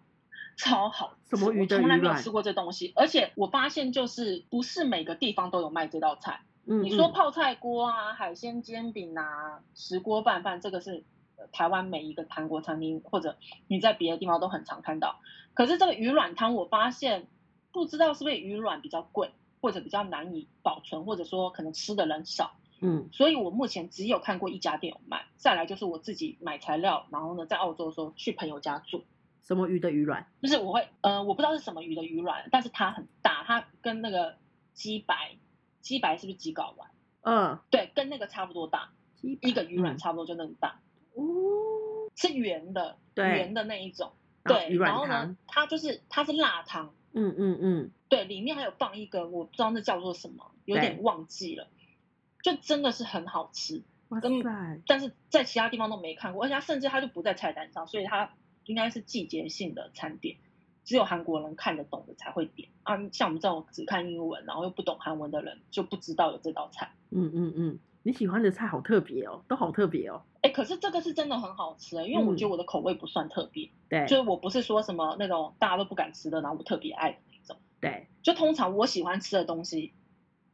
Speaker 2: 超好吃，
Speaker 1: 什么鱼的
Speaker 2: 我从来没
Speaker 1: 鱼
Speaker 2: 有
Speaker 1: 卵
Speaker 2: 吃过这东西，而且我发现就是不是每个地方都有卖这道菜。
Speaker 1: 嗯，
Speaker 2: 你说
Speaker 1: 嗯
Speaker 2: 泡菜锅啊、海鲜煎饼啊、石锅拌饭，这个是呃台湾每一个韩国餐厅或者你在别的地方都很常看到。可是这个鱼卵汤，我发现不知道是不是鱼卵比较贵，或者比较难以保存，或者说可能吃的人少，
Speaker 1: 嗯，
Speaker 2: 所以我目前只有看过一家店有卖。再来就是我自己买材料，然后呢在澳洲的时候去朋友家做。
Speaker 1: 什么鱼的鱼卵？
Speaker 2: 就是我会，呃，我不知道是什么鱼的鱼卵，但是它很大，它跟那个鸡白，鸡白是不是鸡睾丸？
Speaker 1: 嗯，
Speaker 2: 对，跟那个差不多大，
Speaker 1: 鸡排
Speaker 2: 一个鱼卵
Speaker 1: 嗯
Speaker 2: 差不多就那么大，
Speaker 1: 哦，
Speaker 2: 是圆的，
Speaker 1: 对
Speaker 2: 圆的那一种。
Speaker 1: 然后
Speaker 2: 对，
Speaker 1: 鱼
Speaker 2: 然
Speaker 1: 软
Speaker 2: 后
Speaker 1: 糖
Speaker 2: 呢，，它就是它是辣汤，
Speaker 1: 嗯嗯嗯，
Speaker 2: 对，里面还有放一个我不知道那叫做什么，有
Speaker 1: 对
Speaker 2: 点忘记了，就真的是很好吃，
Speaker 1: 哇
Speaker 2: 跟
Speaker 1: 塞，
Speaker 2: 但是在其他地方都没看过，而且它甚至它就不在菜单上，所以它应该是季节性的餐点。只有韩国人看得懂的才会点啊，像我们这种只看英文，然后又不懂韩文的人就不知道有这道菜。
Speaker 1: 嗯嗯嗯，你喜欢的菜好特别哦，都好特别哦，
Speaker 2: 哎，可是这个是真的很好吃、欸因为我
Speaker 1: 嗯
Speaker 2: 觉得我的口味不算特别，
Speaker 1: 对
Speaker 2: 就是我不是说什么那种大家都不敢吃的，然后我特别爱的那种。
Speaker 1: 对，
Speaker 2: 就通常我喜欢吃的东西，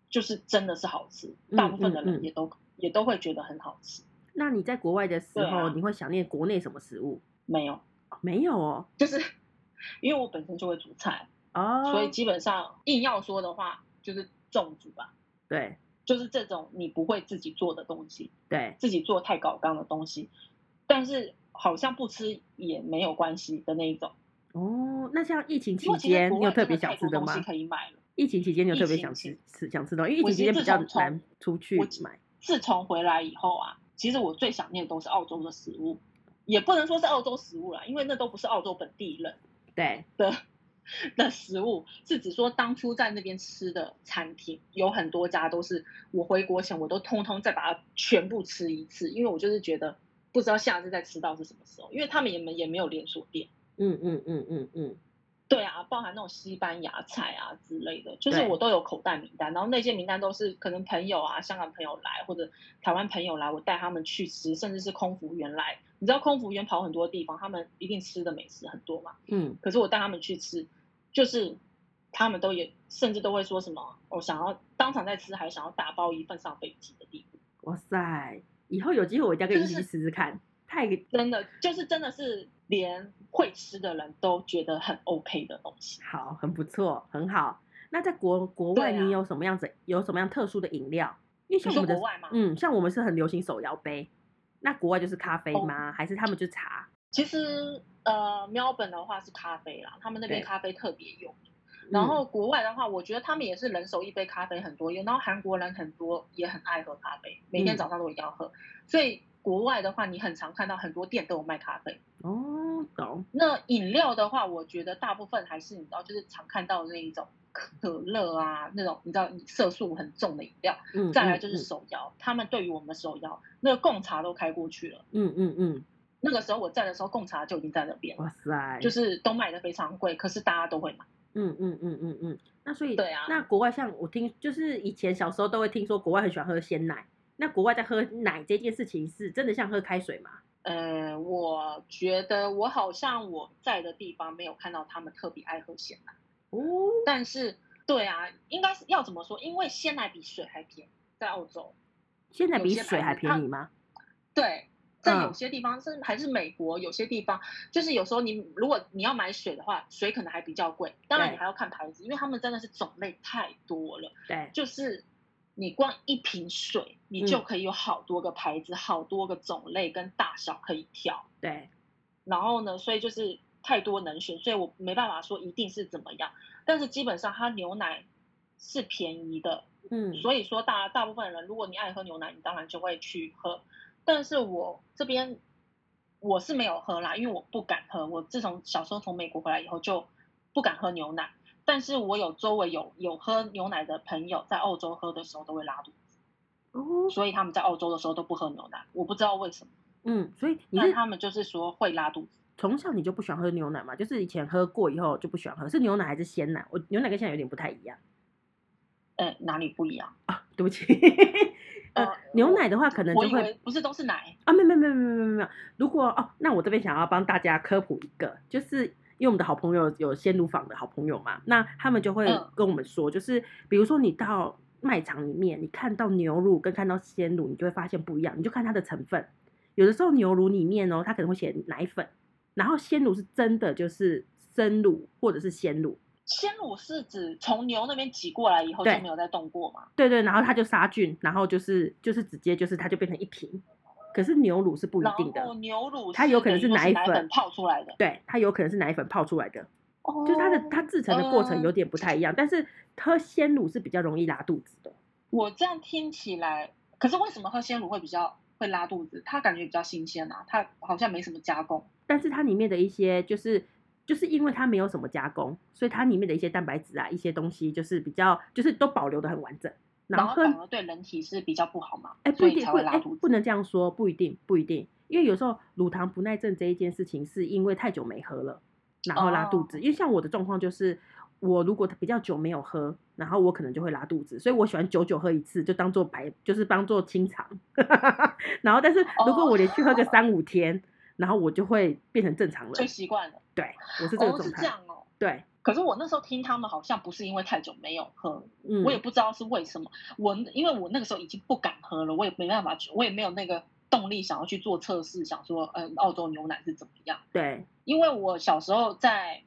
Speaker 2: 就是真的是好吃，
Speaker 1: 嗯
Speaker 2: 大部分的
Speaker 1: 嗯嗯
Speaker 2: 人也都、也都会觉得很好吃。
Speaker 1: 那你在国外的时
Speaker 2: 对
Speaker 1: 候，
Speaker 2: 啊
Speaker 1: 你会想念国内什么食物？
Speaker 2: 没有，
Speaker 1: 哦没有哦，
Speaker 2: 就是因为我本身就会煮菜，
Speaker 1: 哦，
Speaker 2: 所以基本上硬要说的话，就是重煮吧，
Speaker 1: 对
Speaker 2: 就是这种你不会自己做的东西，
Speaker 1: 对，
Speaker 2: 自己做太搞纲的东西，但是好像不吃也没有关系的那一种。
Speaker 1: 哦，那像疫情期
Speaker 2: 因为其实
Speaker 1: 间，
Speaker 2: 国
Speaker 1: 你有
Speaker 2: 外
Speaker 1: 特
Speaker 2: 真
Speaker 1: 别
Speaker 2: 的
Speaker 1: 想
Speaker 2: 太
Speaker 1: 吃
Speaker 2: 多
Speaker 1: 的
Speaker 2: 东西
Speaker 1: 吗？
Speaker 2: 可以买了。
Speaker 1: 疫情期间你有
Speaker 2: 疫
Speaker 1: 特别
Speaker 2: 情
Speaker 1: 想
Speaker 2: 期
Speaker 1: 吃吃想吃东西，因为疫
Speaker 2: 我
Speaker 1: 情
Speaker 2: 其
Speaker 1: 期
Speaker 2: 实
Speaker 1: 间比较
Speaker 2: 自从从
Speaker 1: 难出去
Speaker 2: 我
Speaker 1: 买。
Speaker 2: 自从回来以后啊，其实我最想念的都是澳洲的食物，也不能说是澳洲食物啦，因为那都不是澳洲本地人
Speaker 1: 对，
Speaker 2: 的的食物，是指说当初在那边吃的餐厅有很多家都是我回国前我都通通再把它全部吃一次，因为我就是觉得不知道下次再吃到是什么时候，因为他们也没也没有连锁店。
Speaker 1: 嗯嗯嗯嗯嗯，
Speaker 2: 对啊，包含那种西班牙菜啊之类的，就是
Speaker 1: 对
Speaker 2: 我都有口袋名单，然后那些名单都是可能朋友啊、香港朋友来或者台湾朋友来，我带他们去吃，甚至是空服员来。你知道空服员跑很多地方，他们一定吃的美食很多嘛。
Speaker 1: 嗯，
Speaker 2: 可是我带他们去吃，就是他们都也甚至都会说什么，我、想要当场在吃，还想要打包一份上飞机的地步。
Speaker 1: 哇塞，以后有机会我一定要跟你一起去试试看。太
Speaker 2: 真的就是真的是连会吃的人都觉得很 OK 的东西。
Speaker 1: 好，很不错，很好。那在国国外，
Speaker 2: 对啊
Speaker 1: 你有什么样子、有什么样特殊的饮料？因为像
Speaker 2: 你
Speaker 1: 我
Speaker 2: 说
Speaker 1: 们的
Speaker 2: 国外吗？
Speaker 1: 嗯，像我们是很流行手摇杯，那国外就是咖啡
Speaker 2: 哦
Speaker 1: 吗？还是他们就茶？
Speaker 2: 其实呃，喵本的话是咖啡啦，他们那边
Speaker 1: 对
Speaker 2: 咖啡特别有。
Speaker 1: 嗯
Speaker 2: 然后国外的话，我觉得他们也是人手一杯咖啡很多用，然后韩国人很多也很爱喝咖啡，每天
Speaker 1: 嗯
Speaker 2: 早上都一定要喝。所以国外的话，你很常看到很多店都有卖咖啡。
Speaker 1: 嗯、哦，懂
Speaker 2: 那饮料的话，我觉得大部分还是你知道，就是常看到的那一种可乐啊，那种你知道色素很重的饮料。
Speaker 1: 嗯，
Speaker 2: 再来
Speaker 1: 嗯
Speaker 2: 就是手摇，他们对于我们的手摇，那个贡茶都开过去了。
Speaker 1: 嗯嗯嗯嗯，
Speaker 2: 那个时候我在的时候，贡茶就已经在那边了，
Speaker 1: 哇塞，
Speaker 2: 就是都卖的非常贵，可是大家都会买。
Speaker 1: 嗯嗯嗯嗯嗯，那所以
Speaker 2: 对啊
Speaker 1: 那国外像我听，就是以前小时候都会听说国外很喜欢喝鲜奶，那国外在喝奶这件事情是真的像喝开水吗？
Speaker 2: 呃，我觉得我好像我在的地方没有看到他们特别爱喝鲜奶，
Speaker 1: 哦，
Speaker 2: 但是对啊，应该是要怎么说？因为鲜奶比水还便宜，在澳洲。
Speaker 1: 鲜奶
Speaker 2: 有
Speaker 1: 比
Speaker 2: 些
Speaker 1: 水
Speaker 2: 牌
Speaker 1: 还
Speaker 2: 子
Speaker 1: 便
Speaker 2: 它
Speaker 1: 宜吗？
Speaker 2: 对，在
Speaker 1: 嗯
Speaker 2: 有些地方是还是美国，有些地方就是有时候你如果你要买水的话，水可能还比较贵，当然
Speaker 1: 对
Speaker 2: 你还要看牌子，因为他们真的是种类太多了，
Speaker 1: 对，
Speaker 2: 就是。你光一瓶水，你
Speaker 1: 嗯
Speaker 2: 就可以有好多个牌子、好多个种类跟大小可以挑。
Speaker 1: 对，
Speaker 2: 然后呢，所以就是太多能选，所以我没办法说一定是怎么样。但是基本上它牛奶是便宜的，
Speaker 1: 嗯，
Speaker 2: 所以说大大部分人，如果你爱喝牛奶，你当然就会去喝。但是我这边我是没有喝啦，因为我不敢喝。我自从小时候从美国回来以后就不敢喝牛奶，但是我有周围有有喝牛奶的朋友在澳洲喝的时候都会拉肚子，
Speaker 1: 哦，
Speaker 2: 所以他们在澳洲的时候都不喝牛奶，我不知道为什么，
Speaker 1: 嗯，所以你
Speaker 2: 但
Speaker 1: 是
Speaker 2: 他们就是说会拉肚子。
Speaker 1: 从小你就不喜欢喝牛奶嘛？就是以前喝过以后就不喜欢喝，是牛奶还是鲜奶？我牛奶跟鲜奶有点不太一样
Speaker 2: 呃，哪里不一样？
Speaker 1: 啊，对不起。 呃
Speaker 2: 呃，
Speaker 1: 牛奶的话可能
Speaker 2: 我
Speaker 1: 就
Speaker 2: 以
Speaker 1: 会
Speaker 2: 为不是都是奶，
Speaker 1: 啊，没有没有没有没有没有没有。如果哦，那我这边想要帮大家科普一个，就是因为我们的好朋友有鲜乳坊的好朋友嘛，那他们就会
Speaker 2: 嗯
Speaker 1: 跟我们说，就是比如说你到卖场里面，你看到牛乳跟看到鲜乳，你就会发现不一样，你就看它的成分。有的时候牛乳里面哦，它可能会写奶粉，然后鲜乳是真的就是生乳或者是鲜乳，
Speaker 2: 鲜乳是指从牛那边挤过来以后
Speaker 1: 对
Speaker 2: 就没有再动过嘛？
Speaker 1: 对对，然后它就杀菌，然后就是就是直接就是它就变成一瓶。可是牛乳是不一
Speaker 2: 然
Speaker 1: 定
Speaker 2: 后
Speaker 1: 的，
Speaker 2: 牛乳
Speaker 1: 它有可能
Speaker 2: 是等于
Speaker 1: 奶
Speaker 2: 说奶
Speaker 1: 粉
Speaker 2: 泡出来的，
Speaker 1: 对，它有可能是奶粉泡出来的。
Speaker 2: 哦
Speaker 1: 就是它的它制成的过程有
Speaker 2: 嗯
Speaker 1: 点不太一样，但是喝鲜乳是比较容易拉肚子的。
Speaker 2: 我这样听起来，可是为什么喝鲜乳会比较会拉肚子？它感觉比较新鲜啊，它好像没什么加工。
Speaker 1: 但是它里面的一些就是就是因为它没有什么加工，所以它里面的一些蛋白质啊，一些东西就是比较就是都保留的很完整。然
Speaker 2: 然
Speaker 1: 后
Speaker 2: 后
Speaker 1: 喝
Speaker 2: 反而对人体是比较不好嘛，
Speaker 1: 哎、不
Speaker 2: 所
Speaker 1: 一
Speaker 2: 以
Speaker 1: 定
Speaker 2: 才
Speaker 1: 不
Speaker 2: 会
Speaker 1: 哎、
Speaker 2: 拉肚
Speaker 1: 不
Speaker 2: 子。
Speaker 1: 能这样说，不一定不一定，因为有时候乳糖不耐症这一件事情是因为太久没喝了，然后拉肚子。
Speaker 2: 哦
Speaker 1: 因为像我的状况就是。我如果比较久没有喝，然后我可能就会拉肚子，所以我喜欢久久喝一次，就当做白，就是当做清肠。 然后，但是如果我连续喝个三五天，然后我就会变成正常
Speaker 2: 哦就
Speaker 1: 人。
Speaker 2: 习惯了，
Speaker 1: 对，我是这个
Speaker 2: 哦，是
Speaker 1: 状
Speaker 2: 这
Speaker 1: 态。
Speaker 2: 样哦。
Speaker 1: 对，
Speaker 2: 可是我那时候听他们好像不是因为太久没有喝，
Speaker 1: 嗯，
Speaker 2: 我也不知道是为什么。我因为我那个时候已经不敢喝了，我也没办法去，我也没有那个动力想要去做测试，想说，嗯、澳洲牛奶是怎么样。
Speaker 1: 对，
Speaker 2: 因为我小时候在，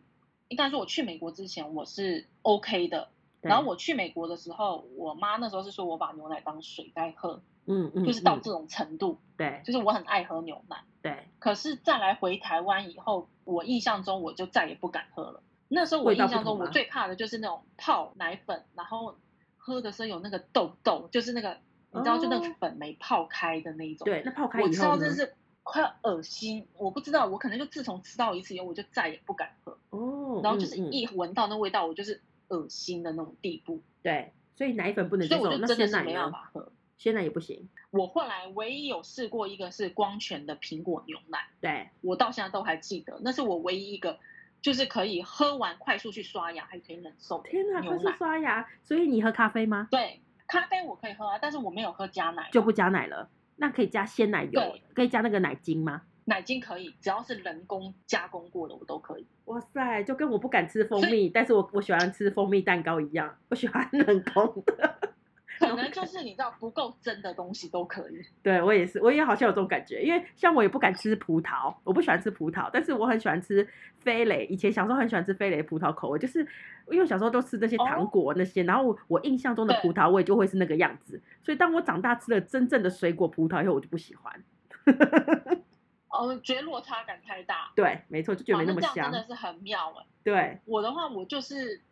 Speaker 2: 应该说我去美国之前我是 OK 的，
Speaker 1: 对
Speaker 2: 然后我去美国的时候，我妈那时候是说我把牛奶当水在喝，
Speaker 1: 嗯嗯，
Speaker 2: 就是到
Speaker 1: 嗯
Speaker 2: 这种程度，
Speaker 1: 对
Speaker 2: 就是我很爱喝牛奶。
Speaker 1: 对，
Speaker 2: 可是再来回台湾以后，我印象中我就再也不敢喝了。那时候我
Speaker 1: 味道
Speaker 2: 印
Speaker 1: 不
Speaker 2: 象中
Speaker 1: 同吗
Speaker 2: 我最怕的就是那种泡奶粉，然后喝的时候有那个豆豆，就是那个你知道，就那
Speaker 1: 哦
Speaker 2: 个粉没泡开的那一种。
Speaker 1: 对，那泡开
Speaker 2: 我
Speaker 1: 以
Speaker 2: 吃
Speaker 1: 后
Speaker 2: 到
Speaker 1: 呢
Speaker 2: 真？是快要恶心，我不知道，我可能就自从吃到一次以后，我就再也不敢喝，
Speaker 1: 哦，
Speaker 2: 然后就是
Speaker 1: 嗯嗯
Speaker 2: 一闻到那味道，我就是恶心的那种地步，
Speaker 1: 对，所以奶粉不能接
Speaker 2: 所以
Speaker 1: 受，
Speaker 2: 我就
Speaker 1: 那
Speaker 2: 真的
Speaker 1: 鲜
Speaker 2: 是
Speaker 1: 奶
Speaker 2: 没办
Speaker 1: 呢？
Speaker 2: 法喝。
Speaker 1: 鲜奶也不行。
Speaker 2: 我后来唯一有试过一个是光泉的苹果牛奶，
Speaker 1: 对，
Speaker 2: 我到现在都还记得，那是我唯一一个就是可以喝完快速去刷牙还可以忍受的
Speaker 1: 天哪，
Speaker 2: 牛
Speaker 1: 快速
Speaker 2: 奶。
Speaker 1: 刷牙！所以你喝咖啡吗？
Speaker 2: 对，咖啡我可以喝啊，但是我没有喝加奶，啊
Speaker 1: 就不加奶了，那可以加鲜奶油
Speaker 2: 对，
Speaker 1: 可以加那个奶精吗？
Speaker 2: 奶精可以，只要是人工加工过的我都可以。
Speaker 1: 哇塞，就跟我不敢吃蜂
Speaker 2: 所以
Speaker 1: 蜜，但是我我喜欢吃蜂蜜蛋糕一样，我喜欢人工的。
Speaker 2: 可能就是你知道不够真的东西都可以。
Speaker 1: 对我也是，我也好像有这种感觉，因为像我也不敢吃葡萄，我不喜欢吃葡萄，但是我很喜欢吃飞蕾。以前小时候很喜欢吃飞蕾葡萄口味，就是因为小时候都吃那些糖果那些，然后我我印象中的
Speaker 2: 哦对
Speaker 1: 葡萄味就会是那个样子，所以当我长大吃了真正的水果葡萄以后，我就不喜欢。
Speaker 2: 哦，觉得落差感太大，
Speaker 1: 对，没错，就觉得
Speaker 2: 哇
Speaker 1: 没那么
Speaker 2: 哦这样
Speaker 1: 香
Speaker 2: 真。的是很妙哎、
Speaker 1: 对，
Speaker 2: 我的话，我就是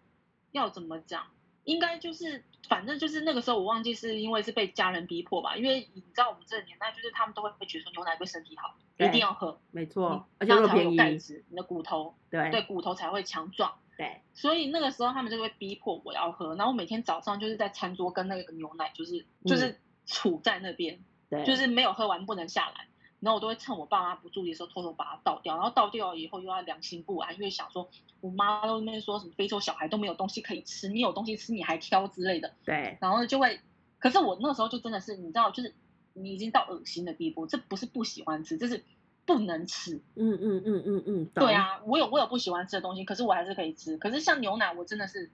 Speaker 2: 要怎么讲，应该就是反正就是那个时候我忘记是因为是被家人逼迫吧，因为你知道我们这个年代就是他们都会觉得说牛奶对身体好，
Speaker 1: 对
Speaker 2: 一定要喝，
Speaker 1: 没
Speaker 2: 你
Speaker 1: 错，而且
Speaker 2: 这
Speaker 1: 又
Speaker 2: 样才会
Speaker 1: 便
Speaker 2: 有
Speaker 1: 宜。
Speaker 2: 钙质，你的骨头
Speaker 1: 对
Speaker 2: 对骨头才会强壮。
Speaker 1: 对
Speaker 2: 所以那个时候他们就会逼迫我要喝，然后我每天早上就是在餐桌跟那个牛奶就是
Speaker 1: 嗯
Speaker 2: 就是杵在那边，
Speaker 1: 对，
Speaker 2: 就是没有喝完不能下来。然后我都会趁我爸妈不注意的时候偷偷把它倒掉，然后倒掉以后又要良心不安，因为想说我妈都那边说什么非洲小孩都没有东西可以吃，你有东西吃你还挑之类的，
Speaker 1: 对
Speaker 2: 然后就会，可是我那时候就真的是你知道，就是你已经到恶心的地步，这不是不喜欢吃，这是不能吃。
Speaker 1: 嗯嗯嗯嗯嗯，懂
Speaker 2: 对，啊，我有我有不喜欢吃的东西，可是我还是可以吃。可是像牛奶，我真的是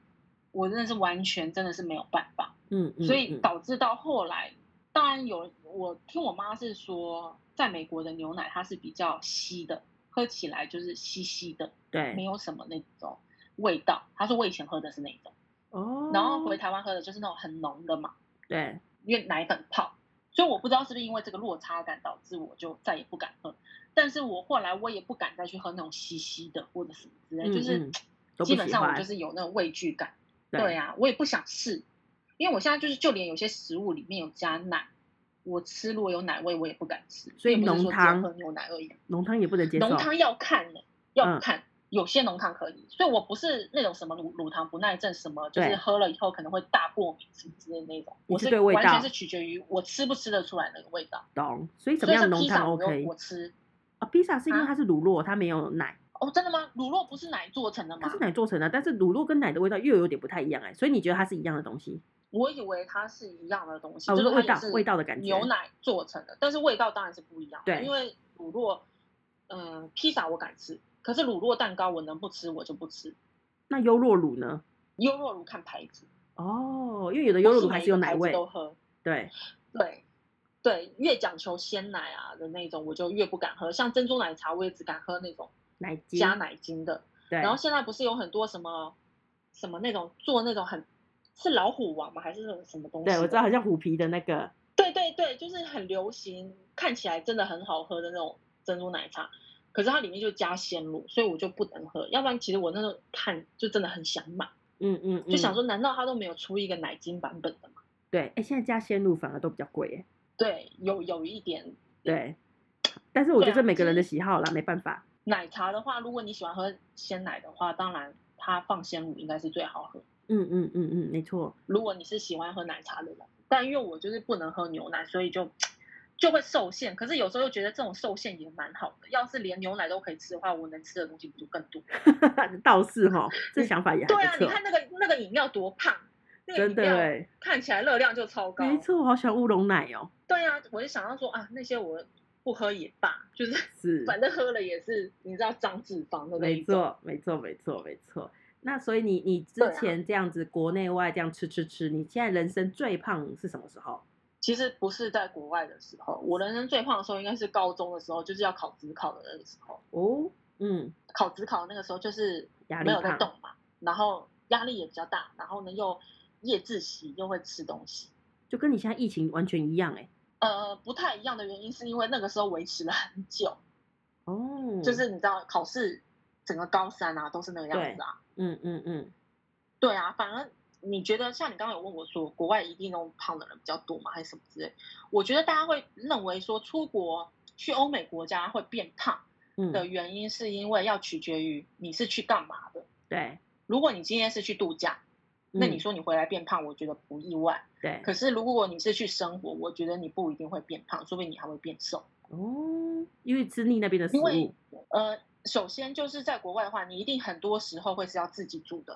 Speaker 2: 我真的是完全真的是没有办法。
Speaker 1: 嗯嗯，
Speaker 2: 所以
Speaker 1: 嗯
Speaker 2: 导致到后来，当然有我听我妈是说，在美国的牛奶它是比较稀的，喝起来就是稀稀的，没
Speaker 1: 对
Speaker 2: 有什么那种味道。她说我以前喝的是那一种，
Speaker 1: 哦，
Speaker 2: 然后回台湾喝的就是那种很浓的嘛，
Speaker 1: 对
Speaker 2: 因为奶粉泡。所以我不知道是不是因为这个落差感导致我就再也不敢喝，但是我后来我也不敢再去喝那种稀稀的或者什么之类，
Speaker 1: 嗯
Speaker 2: 就是
Speaker 1: 嗯都不
Speaker 2: 基本
Speaker 1: 喜
Speaker 2: 上我
Speaker 1: 欢
Speaker 2: 就是有那种畏惧感。
Speaker 1: 对
Speaker 2: 对啊，我也不想试，因为我现在就是，就连有些食物里面有加奶，我吃如果有奶味，我也不敢吃。
Speaker 1: 所以
Speaker 2: 也不是
Speaker 1: 浓
Speaker 2: 说只有
Speaker 1: 汤
Speaker 2: 喝牛奶而已，啊
Speaker 1: 浓汤也不能接受，
Speaker 2: 浓汤要看呢、要
Speaker 1: 嗯
Speaker 2: 看、有些浓汤可以，所以我不是那种什么乳乳糖不耐症，什么就
Speaker 1: 对
Speaker 2: 是喝了以后可能会大过敏什么之类的那种，
Speaker 1: 你
Speaker 2: 我
Speaker 1: 是对味
Speaker 2: 完
Speaker 1: 道
Speaker 2: 全是取决于我吃不吃得出来那个味道。
Speaker 1: 懂，所以怎么
Speaker 2: 所以
Speaker 1: 样
Speaker 2: 像
Speaker 1: 浓
Speaker 2: 披萨
Speaker 1: 汤
Speaker 2: 我都
Speaker 1: OK
Speaker 2: 我吃
Speaker 1: 啊？披萨是因为
Speaker 2: 啊
Speaker 1: 它是乳酪，它没有奶，
Speaker 2: 哦，真的吗？乳酪不是奶做成的
Speaker 1: 它
Speaker 2: 吗
Speaker 1: 是？奶做成的，但是乳酪跟奶的味道又有点不太一样哎，所以你觉得它是一样的东西
Speaker 2: 我以为它是一样的东西，
Speaker 1: 啊？我
Speaker 2: 就是
Speaker 1: 说
Speaker 2: 它
Speaker 1: 味
Speaker 2: 也
Speaker 1: 道
Speaker 2: 是
Speaker 1: 味道的感觉，
Speaker 2: 牛奶做成的，但是味道当然是不一样的。
Speaker 1: 对
Speaker 2: 因为乳酪，嗯、披萨我敢吃，可是乳酪蛋糕我能不吃我就不吃。
Speaker 1: 那优酪乳呢？
Speaker 2: 优酪乳看牌子，
Speaker 1: 哦，因为有的
Speaker 2: 不
Speaker 1: 优酪
Speaker 2: 是
Speaker 1: 乳还
Speaker 2: 每
Speaker 1: 是有
Speaker 2: 个
Speaker 1: 奶
Speaker 2: 牌子
Speaker 1: 味，
Speaker 2: 都喝。
Speaker 1: 对，
Speaker 2: 对对，越讲求鲜奶啊的那种，我就越不敢喝。像珍珠奶茶，我也只敢喝那种
Speaker 1: 奶精，
Speaker 2: 加奶精的。
Speaker 1: 对，
Speaker 2: 然后现在不是有很多什么什么那种做那种很是老虎王吗？还是什么什么东西？
Speaker 1: 对我知道，好。像虎皮的那个，
Speaker 2: 对对对，就是很流行，看起来真的很好喝的那种珍珠奶茶，可是它里面就加鲜乳，所以我就不能喝。要不然，其实我那时候看就真的很想买，
Speaker 1: 嗯嗯，
Speaker 2: 就
Speaker 1: 嗯
Speaker 2: 想说，难道它都没有出一个奶精版本的吗？
Speaker 1: 对，哎，现在加鲜乳反而都比较贵哎，
Speaker 2: 对，有有一点
Speaker 1: 对，但是我觉得
Speaker 2: 对啊
Speaker 1: 这每个人的
Speaker 2: 就
Speaker 1: 喜好啦，没办法，
Speaker 2: 奶茶的话，如果你喜欢喝鲜奶的话，当然它放鲜乳应该是最好喝。
Speaker 1: 嗯嗯嗯嗯，没错，
Speaker 2: 如果你是喜欢喝奶茶的人，但因为我就是不能喝牛奶，所以就就会受限。可是有时候又觉得这种受限也蛮好的，要是连牛奶都可以吃的话，我能吃的东西不就更多？
Speaker 1: 倒是哈，这想法也还
Speaker 2: 对啊，
Speaker 1: 不
Speaker 2: 你
Speaker 1: 错，
Speaker 2: 看那个那个饮料多胖，那个
Speaker 1: 真
Speaker 2: 饮
Speaker 1: 的
Speaker 2: 料哦
Speaker 1: 哎，
Speaker 2: 看起来热量就超高。
Speaker 1: 没，错，我好喜欢乌龙奶哦，
Speaker 2: 对啊，我就想到说啊，那些我不喝也罢，就是
Speaker 1: 是，
Speaker 2: 反正喝了也是你知道长脂肪的那
Speaker 1: 没
Speaker 2: 一种。
Speaker 1: 错，没错，没错，没错。那所以你你之
Speaker 2: 对啊
Speaker 1: 前这样子国内外这样吃吃吃，你现在人生最胖是什么时候？
Speaker 2: 其实不是在国外的时候，我人生最胖的时候应该是高中的时候，就是要考职考的那个时候。
Speaker 1: 哦，嗯，
Speaker 2: 考职考那个时候就是
Speaker 1: 压力
Speaker 2: 没有在
Speaker 1: 大
Speaker 2: 动嘛，然后压力也比较大，然后呢又夜自习又会吃东西。
Speaker 1: 就跟你现在疫情完全一样哎、
Speaker 2: 呃，不太一样的原因是因为那个时候维持了很久，
Speaker 1: 哦，
Speaker 2: 就是你知道考试整个高三啊都是那个样子啊，
Speaker 1: 嗯嗯嗯，
Speaker 2: 对啊，反而你觉得像你刚刚有问我说国外一定那种胖的人比较多吗，还是什么之类？我觉得大家会认为说出国去欧美国家会变胖
Speaker 1: 嗯
Speaker 2: 的原因是因为要取决于你是去干嘛的。
Speaker 1: 对，
Speaker 2: 如果你今天是去度假，那
Speaker 1: 嗯
Speaker 2: 你说你回来变胖，我觉得不意外。
Speaker 1: 对
Speaker 2: 可是如果你是去生活，我觉得你不一定会变胖，说不定你还会变瘦。
Speaker 1: 哦，因为吃腻那边的食
Speaker 2: 因为
Speaker 1: 物
Speaker 2: 呃，首先就是在国外的话，你一定很多时候会是要自己住的，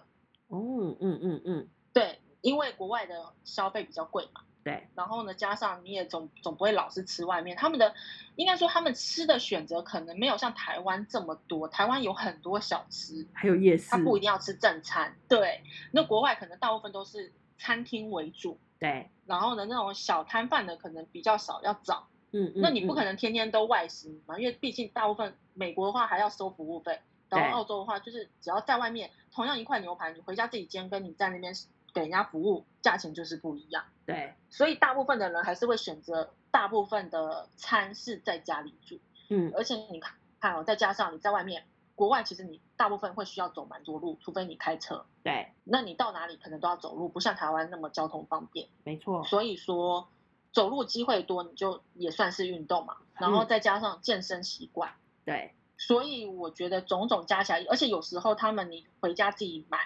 Speaker 1: 哦，嗯嗯嗯，
Speaker 2: 对，因为国外的消费比较贵嘛。
Speaker 1: 对，
Speaker 2: 然后呢，加上你也总总不会老是吃外面，他们的应该说他们吃的选择可能没有像台湾这么多，台湾有很多小吃，
Speaker 1: 还有夜市
Speaker 2: 他，不一定要吃正餐。对，那国外可能大部分都是餐厅为主，
Speaker 1: 对，
Speaker 2: 然后呢，那种小摊贩的可能比较少，要找。
Speaker 1: 嗯，
Speaker 2: 那你不
Speaker 1: 能。
Speaker 2: 可能天天都外食嘛，因为毕竟大部分美国的话还要收服务费，然
Speaker 1: 对
Speaker 2: 后澳洲的话就是只要在外面同样一块牛排，你回家自己煎，跟你在那边给人家服务，价钱就是不一样。
Speaker 1: 对，
Speaker 2: 所以大部分的人还是会选择大部分的餐是在家里煮，
Speaker 1: 嗯，
Speaker 2: 而且你看看哦，再加上你在外面，国外其实你大部分会需要走蛮多路，除非你开车。
Speaker 1: 对，
Speaker 2: 那你到哪里可能都要走路，不像台湾那么交通方便。
Speaker 1: 没错，
Speaker 2: 所以说走路机会多，你就也算是运动嘛。然后再加上健身习惯，
Speaker 1: 对，
Speaker 2: 所以我觉得种种加起来，而且有时候他们你回家自己买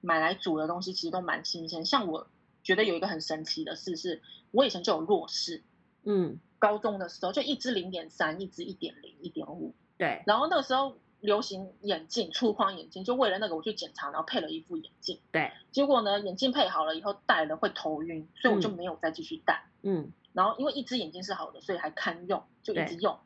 Speaker 2: 买来煮的东西，其实都蛮新鲜。像我觉得有一个很神奇的事是，我以前就有弱视，
Speaker 1: 嗯，
Speaker 2: 高中的时候就一支零点三，一支一点零、一点五，
Speaker 1: 对，
Speaker 2: 然后那个时候流行眼镜，粗框眼镜，就为了那个我去检查，然后配了一副眼镜。
Speaker 1: 对，
Speaker 2: 结果呢，眼镜配好了以后戴了会头晕，所以我就
Speaker 1: 嗯
Speaker 2: 没有再继续戴。
Speaker 1: 嗯，
Speaker 2: 然后因为一只眼睛是好的，所以还堪用，就一
Speaker 1: 对
Speaker 2: 直用。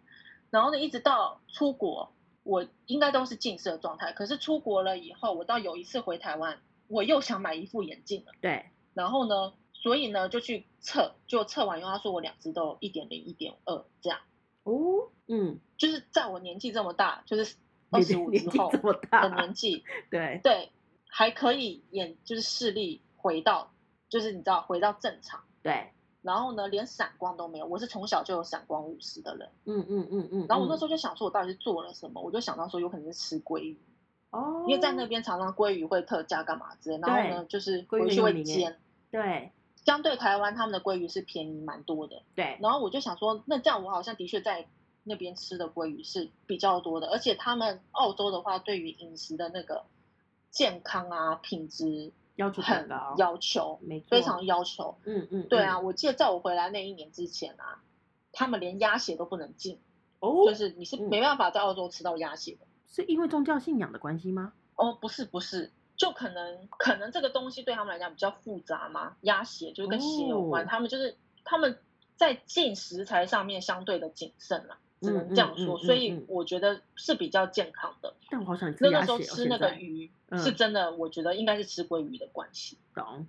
Speaker 2: 然后呢，一直到出国，我应该都是近视的状态。可是出国了以后，我到有一次回台湾，我又想买一副眼镜了。
Speaker 1: 对，
Speaker 2: 然后呢，所以呢就去测，就测完以后，他说我两只都一点零、一点二这样。
Speaker 1: 哦，嗯，
Speaker 2: 就是在我年纪这么大，就是二
Speaker 1: 你
Speaker 2: 十
Speaker 1: 的
Speaker 2: 五
Speaker 1: 年
Speaker 2: 之
Speaker 1: 纪
Speaker 2: 后
Speaker 1: 这么
Speaker 2: 的
Speaker 1: 大，
Speaker 2: 年纪，
Speaker 1: 对，
Speaker 2: 对，还可以眼就是视力回到，就是你知道回到正常。
Speaker 1: 对，
Speaker 2: 然后呢，连散光都没有。我是从小就有散光五十的人。
Speaker 1: 嗯嗯嗯嗯，
Speaker 2: 然后我那时
Speaker 1: 候，
Speaker 2: 候就想说，我到底是做了什么？我就想到说，有可能是吃鲑鱼，
Speaker 1: 哦，
Speaker 2: 因为在那边常常鲑鱼会特价干嘛之类。然后呢，就是
Speaker 1: 鲑鱼
Speaker 2: 回
Speaker 1: 很
Speaker 2: 去
Speaker 1: 有
Speaker 2: 会
Speaker 1: 名耶
Speaker 2: 煎。
Speaker 1: 对
Speaker 2: 相对台湾，他们的鲑鱼是便宜蛮多的。
Speaker 1: 对
Speaker 2: 然后我就想说，那这样我好像的确在那边吃的鲑鱼是比较多的，而且他们澳洲的话，对于饮食的那个健康啊、品质
Speaker 1: 要求很
Speaker 2: 很
Speaker 1: 高
Speaker 2: 要求，
Speaker 1: 没错，
Speaker 2: 非常，要求。
Speaker 1: 嗯嗯，
Speaker 2: 对
Speaker 1: 啊嗯，
Speaker 2: 啊，我记得在我回来那一年之前啊，他们连鸭血都不能进，
Speaker 1: 哦
Speaker 2: 就，是你是
Speaker 1: 嗯
Speaker 2: 没办法在澳洲吃到鸭血的。
Speaker 1: 是因为宗教信仰的关系吗？
Speaker 2: 哦，不是不是。就可能可能这个东西对他们来讲比较复杂嘛，鸭血就是跟血有关，
Speaker 1: 哦
Speaker 2: 他们就是他们在进食材上面相对的谨慎啦，只能
Speaker 1: 嗯
Speaker 2: 这样
Speaker 1: 嗯
Speaker 2: 说，
Speaker 1: 嗯
Speaker 2: 所
Speaker 1: 嗯
Speaker 2: 以我觉得是比较健康的。
Speaker 1: 但我好想吃
Speaker 2: 那
Speaker 1: 鸭
Speaker 2: 个时
Speaker 1: 血
Speaker 2: 候
Speaker 1: 哦，
Speaker 2: 吃
Speaker 1: 现
Speaker 2: 那个
Speaker 1: 在
Speaker 2: 鱼
Speaker 1: 嗯
Speaker 2: 是真的，我觉得应该是吃鲑鱼的关系。
Speaker 1: 懂，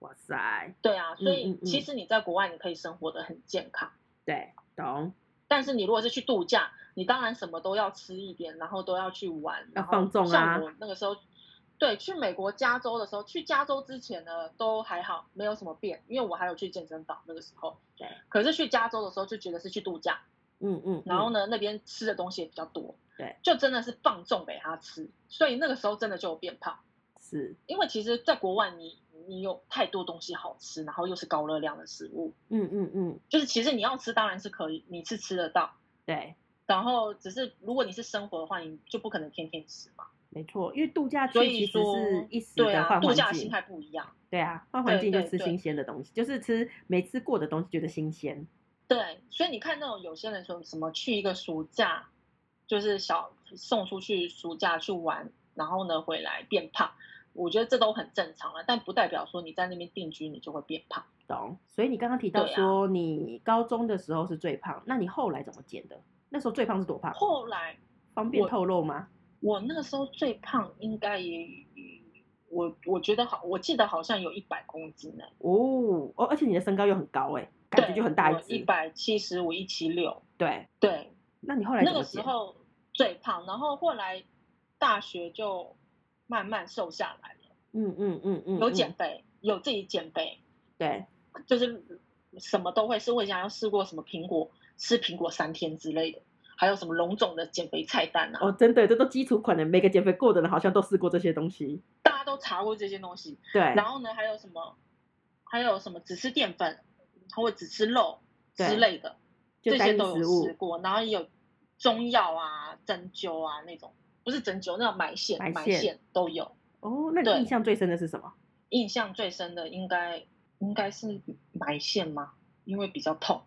Speaker 1: 哇塞，
Speaker 2: 对啊，所
Speaker 1: 嗯
Speaker 2: 以
Speaker 1: 嗯
Speaker 2: 其实你在国外你可以生活的很健康，
Speaker 1: 对，懂，
Speaker 2: 但是你如果是去度假，你当然什么都要吃一点，然后都要去玩，
Speaker 1: 要
Speaker 2: 然后
Speaker 1: 放纵啊
Speaker 2: 像我那个时候，对，去美国加州的时候，去加州之前呢都还好，没有什么变，因为我还有去健身房那个时候。
Speaker 1: 对。
Speaker 2: 可是去加州的时候就觉得是去度假，
Speaker 1: 嗯嗯，
Speaker 2: 然后
Speaker 1: 嗯
Speaker 2: 呢那边吃的东西也比较多，
Speaker 1: 对，
Speaker 2: 就真的是放纵给他吃，所以那个时候真的就有变胖。
Speaker 1: 是，
Speaker 2: 因为其实，在国外你你有太多东西好吃，然后又是高热量的食物，
Speaker 1: 嗯嗯嗯，
Speaker 2: 就是其实你要吃当然是可以，你是吃得到，
Speaker 1: 对。
Speaker 2: 然后只是如果你是生活的话，你就不可能天天吃嘛。
Speaker 1: 没错，因为度假区
Speaker 2: 所
Speaker 1: 其
Speaker 2: 以
Speaker 1: 实
Speaker 2: 说
Speaker 1: 是一时
Speaker 2: 对
Speaker 1: 的
Speaker 2: 啊，
Speaker 1: 换
Speaker 2: 度
Speaker 1: 环
Speaker 2: 假
Speaker 1: 境
Speaker 2: 心，态不一样。
Speaker 1: 对啊，换环
Speaker 2: 对
Speaker 1: 境就
Speaker 2: 对
Speaker 1: 吃
Speaker 2: 对
Speaker 1: 新鲜的东西，就是吃没吃过的东西，觉得新鲜。
Speaker 2: 对，所以你看那种有些人说什么去一个暑假，就是小送出去暑假去玩，然后呢回来变胖，我觉得这都很正常了，但不代表说你在那边定居你就会变胖。
Speaker 1: 懂。所以你刚刚提到
Speaker 2: 对啊
Speaker 1: 说你高中的时候是最胖，那你后来怎么减的？那时候最胖是多胖？
Speaker 2: 后来
Speaker 1: 方便
Speaker 2: 我
Speaker 1: 透露吗？
Speaker 2: 我那时候最胖应该也，我我觉得好，我记得好像有一百公斤呢、
Speaker 1: 哦哦，而且你的身高又很高哎、感觉就很大一
Speaker 2: 一
Speaker 1: 只。
Speaker 2: 百七十五一七六，
Speaker 1: 对，
Speaker 2: 对，
Speaker 1: 那你后来
Speaker 2: 那
Speaker 1: 怎么
Speaker 2: 个时
Speaker 1: 减？
Speaker 2: 候最胖，然后后来大学就慢慢瘦下来了，
Speaker 1: 嗯嗯嗯嗯，
Speaker 2: 有
Speaker 1: 嗯
Speaker 2: 减。肥，有自己减肥，
Speaker 1: 对，
Speaker 2: 就是什么都会是。我以前还试过什么苹果，吃苹果三天之类的，还有什么龙种的减肥菜单啊，
Speaker 1: 哦，真的，这都基础款的，每个减肥过的人好像都试过这些东西。
Speaker 2: 大家都查过这些东西。
Speaker 1: 对，
Speaker 2: 然后呢，还有什么，还有什么只吃淀粉或者只吃肉
Speaker 1: 对
Speaker 2: 之类的，
Speaker 1: 就
Speaker 2: 这些
Speaker 1: 单一
Speaker 2: 都
Speaker 1: 食
Speaker 2: 有
Speaker 1: 物
Speaker 2: 吃过。然后也有中药啊、针灸啊那种，不是针灸，那种埋线、
Speaker 1: 埋
Speaker 2: 埋
Speaker 1: 线
Speaker 2: 线都有。
Speaker 1: 哦，那你
Speaker 2: 对
Speaker 1: 印象最深的是什么？
Speaker 2: 印象最深的应该应该是埋线吗？因为比较 痛，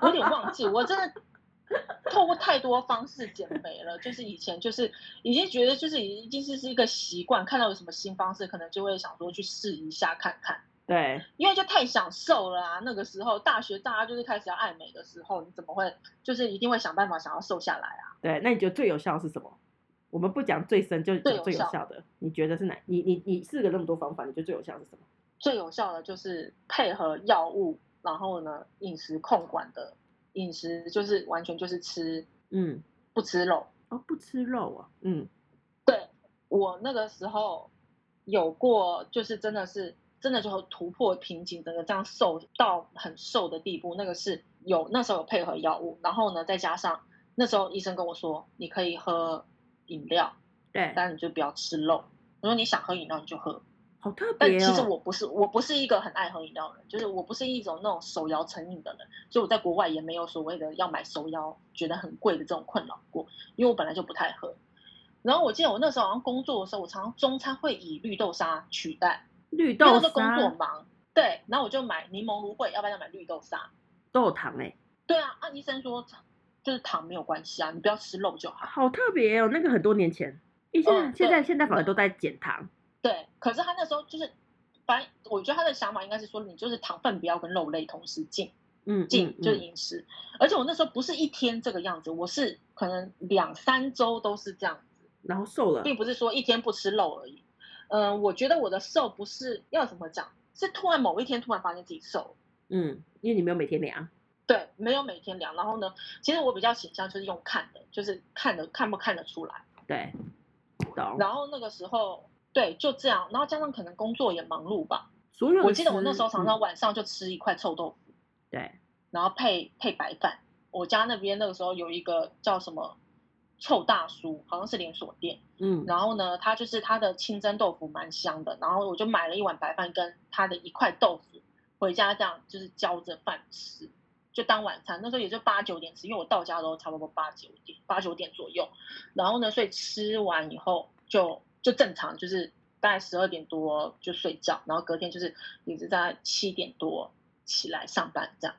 Speaker 2: 我有点忘记，我真的。透过太多方式减肥了，就是以前就是已经觉得就是已经是是一个习惯，看到有什么新方式，可能就会想说去试一下看看。
Speaker 1: 对，
Speaker 2: 因为就太享受了啊！那个时候，大学大家就是开始要爱美的时候，你怎么会就是一定会想办法想要瘦下来啊？
Speaker 1: 对，那你觉得最有效的是什么？我们不讲最深，就
Speaker 2: 最
Speaker 1: 讲
Speaker 2: 有
Speaker 1: 最有
Speaker 2: 效
Speaker 1: 效的。你觉得是哪？你你你试了那么多方法，你觉得最有效的是什么？
Speaker 2: 最有效的就是配合药物，然后呢饮食控管的饮食就是完全就是吃
Speaker 1: 嗯，
Speaker 2: 不吃肉。
Speaker 1: 哦，不吃肉啊，嗯
Speaker 2: 我那个时候有过，就是真的是真的就突破瓶颈，整个这样瘦到很瘦的地步。那个是有那时候有配合药物，然后呢再加上那时候医生跟我说，你可以喝饮料，
Speaker 1: 对，
Speaker 2: 但你就不要吃肉。如果你想喝饮料，你就喝。
Speaker 1: 好特
Speaker 2: 但
Speaker 1: 别
Speaker 2: 其实
Speaker 1: 哦，
Speaker 2: 我不是，我不是一个很爱喝饮料的人，就是我不是一种那种手摇成瘾的人，所以我在国外也没有所谓的要买手摇觉得很贵的这种困扰过，因为我本来就不太喝。然后我记得我那时候好像工作的时候，我常常中餐会以绿豆沙取代，
Speaker 1: 绿
Speaker 2: 因为
Speaker 1: 豆
Speaker 2: 那时候工作
Speaker 1: 沙
Speaker 2: 忙，对，然后我就买柠檬芦荟，要不然就买绿豆沙。
Speaker 1: 都有糖哎、
Speaker 2: 对啊，按医生说就是糖没有关系啊，你不要吃肉就好。
Speaker 1: 好特别哦，那个很多年前，因为现在、
Speaker 2: 嗯
Speaker 1: 现在
Speaker 2: 对
Speaker 1: 现在反而都在减糖，
Speaker 2: 对，可是他那时候就是，反正我觉得他的想法应该是说，你就是糖分不要跟肉类同时进。
Speaker 1: 嗯，嗯
Speaker 2: 进，就是
Speaker 1: 嗯
Speaker 2: 饮食。而且我那时候不是一天这个样子，我是可能两三周都是这样子，
Speaker 1: 然后瘦了，
Speaker 2: 并不是说一天不吃肉而已。嗯、我觉得我的瘦不是要怎么讲，是突然某一天突然发现自己瘦了，
Speaker 1: 嗯，因为你没有每天量，
Speaker 2: 对，没有每天量。然后呢，其实我比较倾向就是用看的，就是看的看不看得出来。
Speaker 1: 对，懂，
Speaker 2: 然后那个时候，对，就这样。然后加上可能工作也忙碌吧，
Speaker 1: 所有的
Speaker 2: 我记得我那
Speaker 1: 食
Speaker 2: 时候常
Speaker 1: 嗯
Speaker 2: 常晚上就吃一块臭豆腐。
Speaker 1: 对，
Speaker 2: 然后配配白饭。我家那边那个时候有一个叫什么臭大叔，好像是连锁店。
Speaker 1: 嗯，
Speaker 2: 然后呢，他就是他的清蒸豆腐蛮香的，然后我就买了一碗白饭跟他的一块豆腐回家，这样就是浇着饭吃，就当晚餐。那时候也就八九点吃，因为我到家都差不多八九点八九点左右。然后呢，所以吃完以后就就正常，就是大概十二点多就睡觉，然后隔天就是一直在七点多起来上班这样。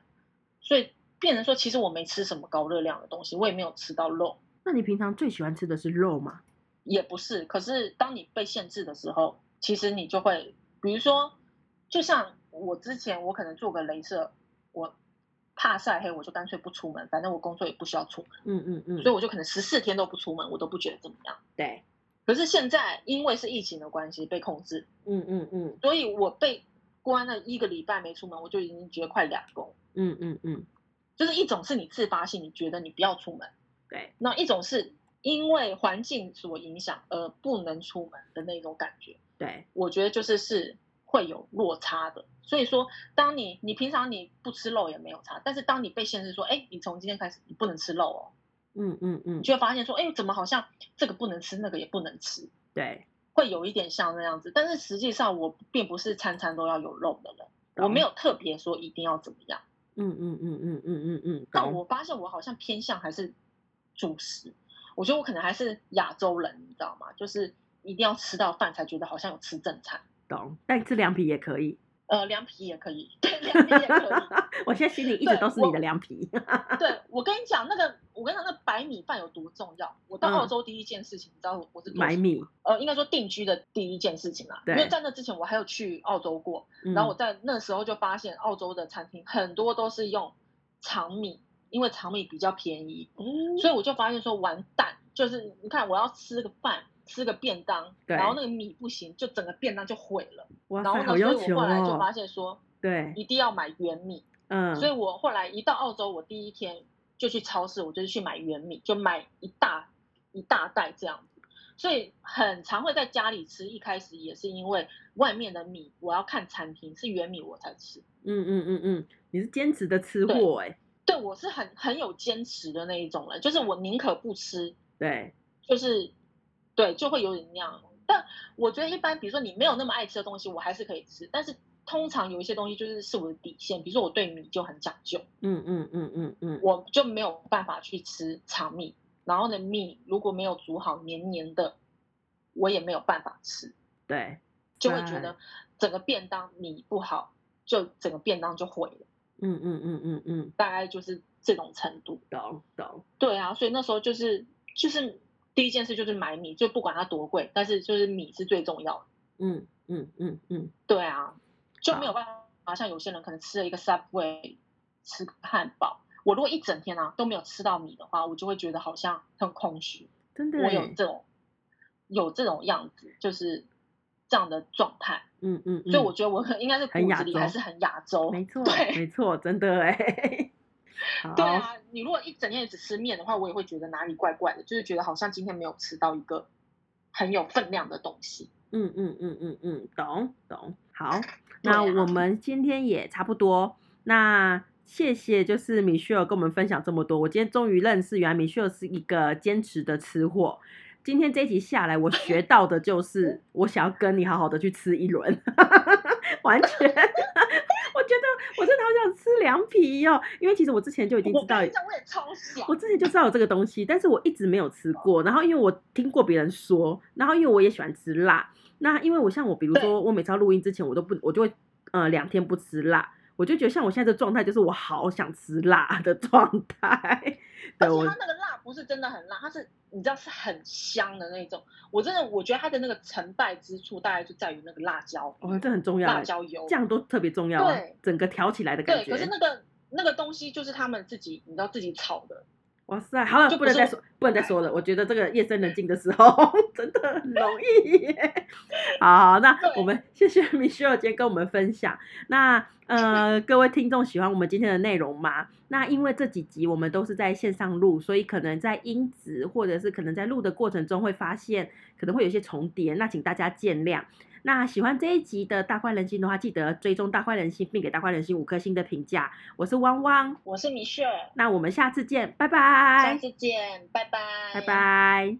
Speaker 2: 所以变成说，其实我没吃什么高热量的东西，我也没有吃到肉，
Speaker 1: 那你平常最喜欢吃的是肉吗？
Speaker 2: 也不是。可是当你被限制的时候，其实你就会，比如说，就像我之前，我可能做个镭射，我怕晒黑，我就干脆不出门，反正我工作也不需要出门，
Speaker 1: 嗯嗯嗯，
Speaker 2: 所以我就可能十四天都不出门，我都不觉得怎么样。
Speaker 1: 对，
Speaker 2: 可是现在因为是疫情的关系被控制，
Speaker 1: 嗯嗯嗯
Speaker 2: 所以我被关了一个礼拜没出门，我就已经觉得快两公。
Speaker 1: 嗯嗯嗯，
Speaker 2: 就是一种是你自发性，你觉得你不要出门。
Speaker 1: 对，
Speaker 2: 那一种是因为环境所影响而不能出门的那种感觉，
Speaker 1: 对，
Speaker 2: 我觉得就是是会有落差的。所以说，当你你平常你不吃肉也没有差，但是当你被限制说，哎，你从今天开始你不能吃肉哦，
Speaker 1: 嗯嗯嗯
Speaker 2: 你，就会发现说，哎，怎么好像这个不能吃，那个也不能吃，
Speaker 1: 对，
Speaker 2: 会有一点像那样子。但是实际上，我并不是餐餐都要有肉的人，我
Speaker 1: 懂
Speaker 2: 没，有特别说一定要怎么样。
Speaker 1: 嗯嗯嗯嗯嗯嗯嗯，
Speaker 2: 但
Speaker 1: 懂
Speaker 2: 我发现我好像偏向还是主食，我觉得我可能还是亚洲人，你知道吗？就是一定要吃到饭才觉得好像有吃正餐。
Speaker 1: 懂，但吃凉皮也可以，
Speaker 2: 呃，凉皮也可以，对，凉皮也可以。
Speaker 1: 我现在心里一直
Speaker 2: 对
Speaker 1: 都是你
Speaker 2: 我
Speaker 1: 的凉皮，
Speaker 2: 对我跟你讲，那个我跟你讲，那白米饭有多重要。我到
Speaker 1: 嗯
Speaker 2: 澳洲第一件事情，你知道我我是做
Speaker 1: 买
Speaker 2: 什么
Speaker 1: 米，
Speaker 2: 呃，应该说定居的第一件事情啦。
Speaker 1: 对
Speaker 2: 因为在那之前我还有去澳洲过，
Speaker 1: 嗯
Speaker 2: 然后我在那时候就发现澳洲的餐厅很多都是用长米，因为长米比较便宜，
Speaker 1: 哦
Speaker 2: 所以我就发现说，完蛋，就是你看我要吃个饭，吃个便当，
Speaker 1: 对
Speaker 2: 然后那个米不行，就整个便当就毁了。
Speaker 1: 哇
Speaker 2: 然后
Speaker 1: 塞，
Speaker 2: 呢，
Speaker 1: 好
Speaker 2: 所以
Speaker 1: 要
Speaker 2: 我
Speaker 1: 求
Speaker 2: 后来就发
Speaker 1: 哦，
Speaker 2: 现说，
Speaker 1: 对，
Speaker 2: 一定要买原米。
Speaker 1: 嗯，
Speaker 2: 所以我后来一到澳洲，我第一天就去超市，我就是去买原米，就买一大一大袋这样子。所以很常会在家里吃，一开始也是因为外面的米，我要看餐厅是原米我才吃。
Speaker 1: 嗯嗯嗯嗯，你是坚持的吃
Speaker 2: 对
Speaker 1: 货哎，
Speaker 2: 对我是很很有坚持的那一种人，就是我宁可不吃，
Speaker 1: 对，
Speaker 2: 就是对，就会有点那样。但我觉得一般，比如说你没有那么爱吃的东西，我还是可以吃。但是通常有一些东西就是是我的底线，比如说我对米就很讲究，
Speaker 1: 嗯嗯嗯嗯嗯，
Speaker 2: 我就没有办法去吃长米。然后呢，米如果没有煮好黏黏的，我也没有办法吃，
Speaker 1: 对，
Speaker 2: 就会觉
Speaker 1: 对
Speaker 2: 得整个便当米不好，就整个便当就毁了，
Speaker 1: 嗯嗯嗯嗯嗯，
Speaker 2: 大概就是这种程度。
Speaker 1: 懂懂，
Speaker 2: 对啊，所以那时候就是就是第一件事就是买米，就不管它多贵，但是就是米是最重要的。
Speaker 1: 嗯嗯嗯嗯，
Speaker 2: 对啊，就
Speaker 1: 好
Speaker 2: 没有办法像有些人可能吃了一个 Subway，吃个汉堡。我如果一整天啊都没有吃到米的话，我就会觉得好像很空虚。
Speaker 1: 真的
Speaker 2: 我有
Speaker 1: 欸
Speaker 2: 这种有这种样子，就是这样的状态。
Speaker 1: 嗯嗯，嗯
Speaker 2: 所以我觉得我可能应该是骨
Speaker 1: 很亚
Speaker 2: 子里还
Speaker 1: 洲
Speaker 2: 是很亚洲，
Speaker 1: 没错，
Speaker 2: 对
Speaker 1: 没错，真的 哎。好，
Speaker 2: 对啊，你如果一整天也只吃面的话，我也会觉得哪里怪怪的，就是觉得好像今天没有吃到一个很有分量的东西。
Speaker 1: 嗯嗯嗯嗯嗯，懂懂。 好，
Speaker 2: 对
Speaker 1: 那
Speaker 2: 啊
Speaker 1: 我们今天也差不多。那谢谢，就是米歇尔跟我们分享这么多。我今天终于认识，原来米歇尔是一个坚持的吃货。今天这一集下来，我 学到的就是，我想要跟你好好的去吃一轮， 完全， 我觉得我真的好想吃凉皮哟、因为其实我之前就已经
Speaker 2: 我
Speaker 1: 知道
Speaker 2: 跟你讲，我也超想
Speaker 1: 我，之前就知道有这个东西，但是我一直没有吃过。然后因为我听过别人说，然后因为我也喜欢吃辣，那因为我像我，比如
Speaker 2: 对
Speaker 1: 说我每次要录音之前，我都不，我就会呃两天不吃辣，我就觉得像我现在这状态，就是我好想吃辣的状态。 对
Speaker 2: 而且
Speaker 1: 我，
Speaker 2: 它那个辣不是真的很辣，它是你知道是很香的那种。我真的我觉得它的那个成败之处大概就在于那个辣椒，
Speaker 1: 哦，这很重
Speaker 2: 辣
Speaker 1: 要，
Speaker 2: 椒油。
Speaker 1: 酱都特别重要啊
Speaker 2: 对，
Speaker 1: 整个调起来的感
Speaker 2: 对，
Speaker 1: 觉。
Speaker 2: 可是那个那个东西就是他们自己，你知道自己炒的，
Speaker 1: 哇塞，好了，
Speaker 2: 就
Speaker 1: 不
Speaker 2: 不
Speaker 1: 能
Speaker 2: 是
Speaker 1: 再说，不能再说了。我觉得这个夜深人静的时候， 真的很容易耶。 好，那
Speaker 2: 对
Speaker 1: 我们谢谢 Michelle 今天跟我们分享。那呃，各位听众喜欢我们今天的内容吗？那因为这几集我们都是在线上录，所以可能在音质或者是可能在录的过程中会发现可能会有一些重叠，那请大家见谅。那喜欢这一集的大快人心的话，记得追踪大快人心，并给大快人心五颗星的评价。我是汪汪，
Speaker 2: 我是米雪，
Speaker 1: 那我们下次见，拜
Speaker 2: 下
Speaker 1: 拜。
Speaker 2: 次见，拜拜，
Speaker 1: 拜。拜。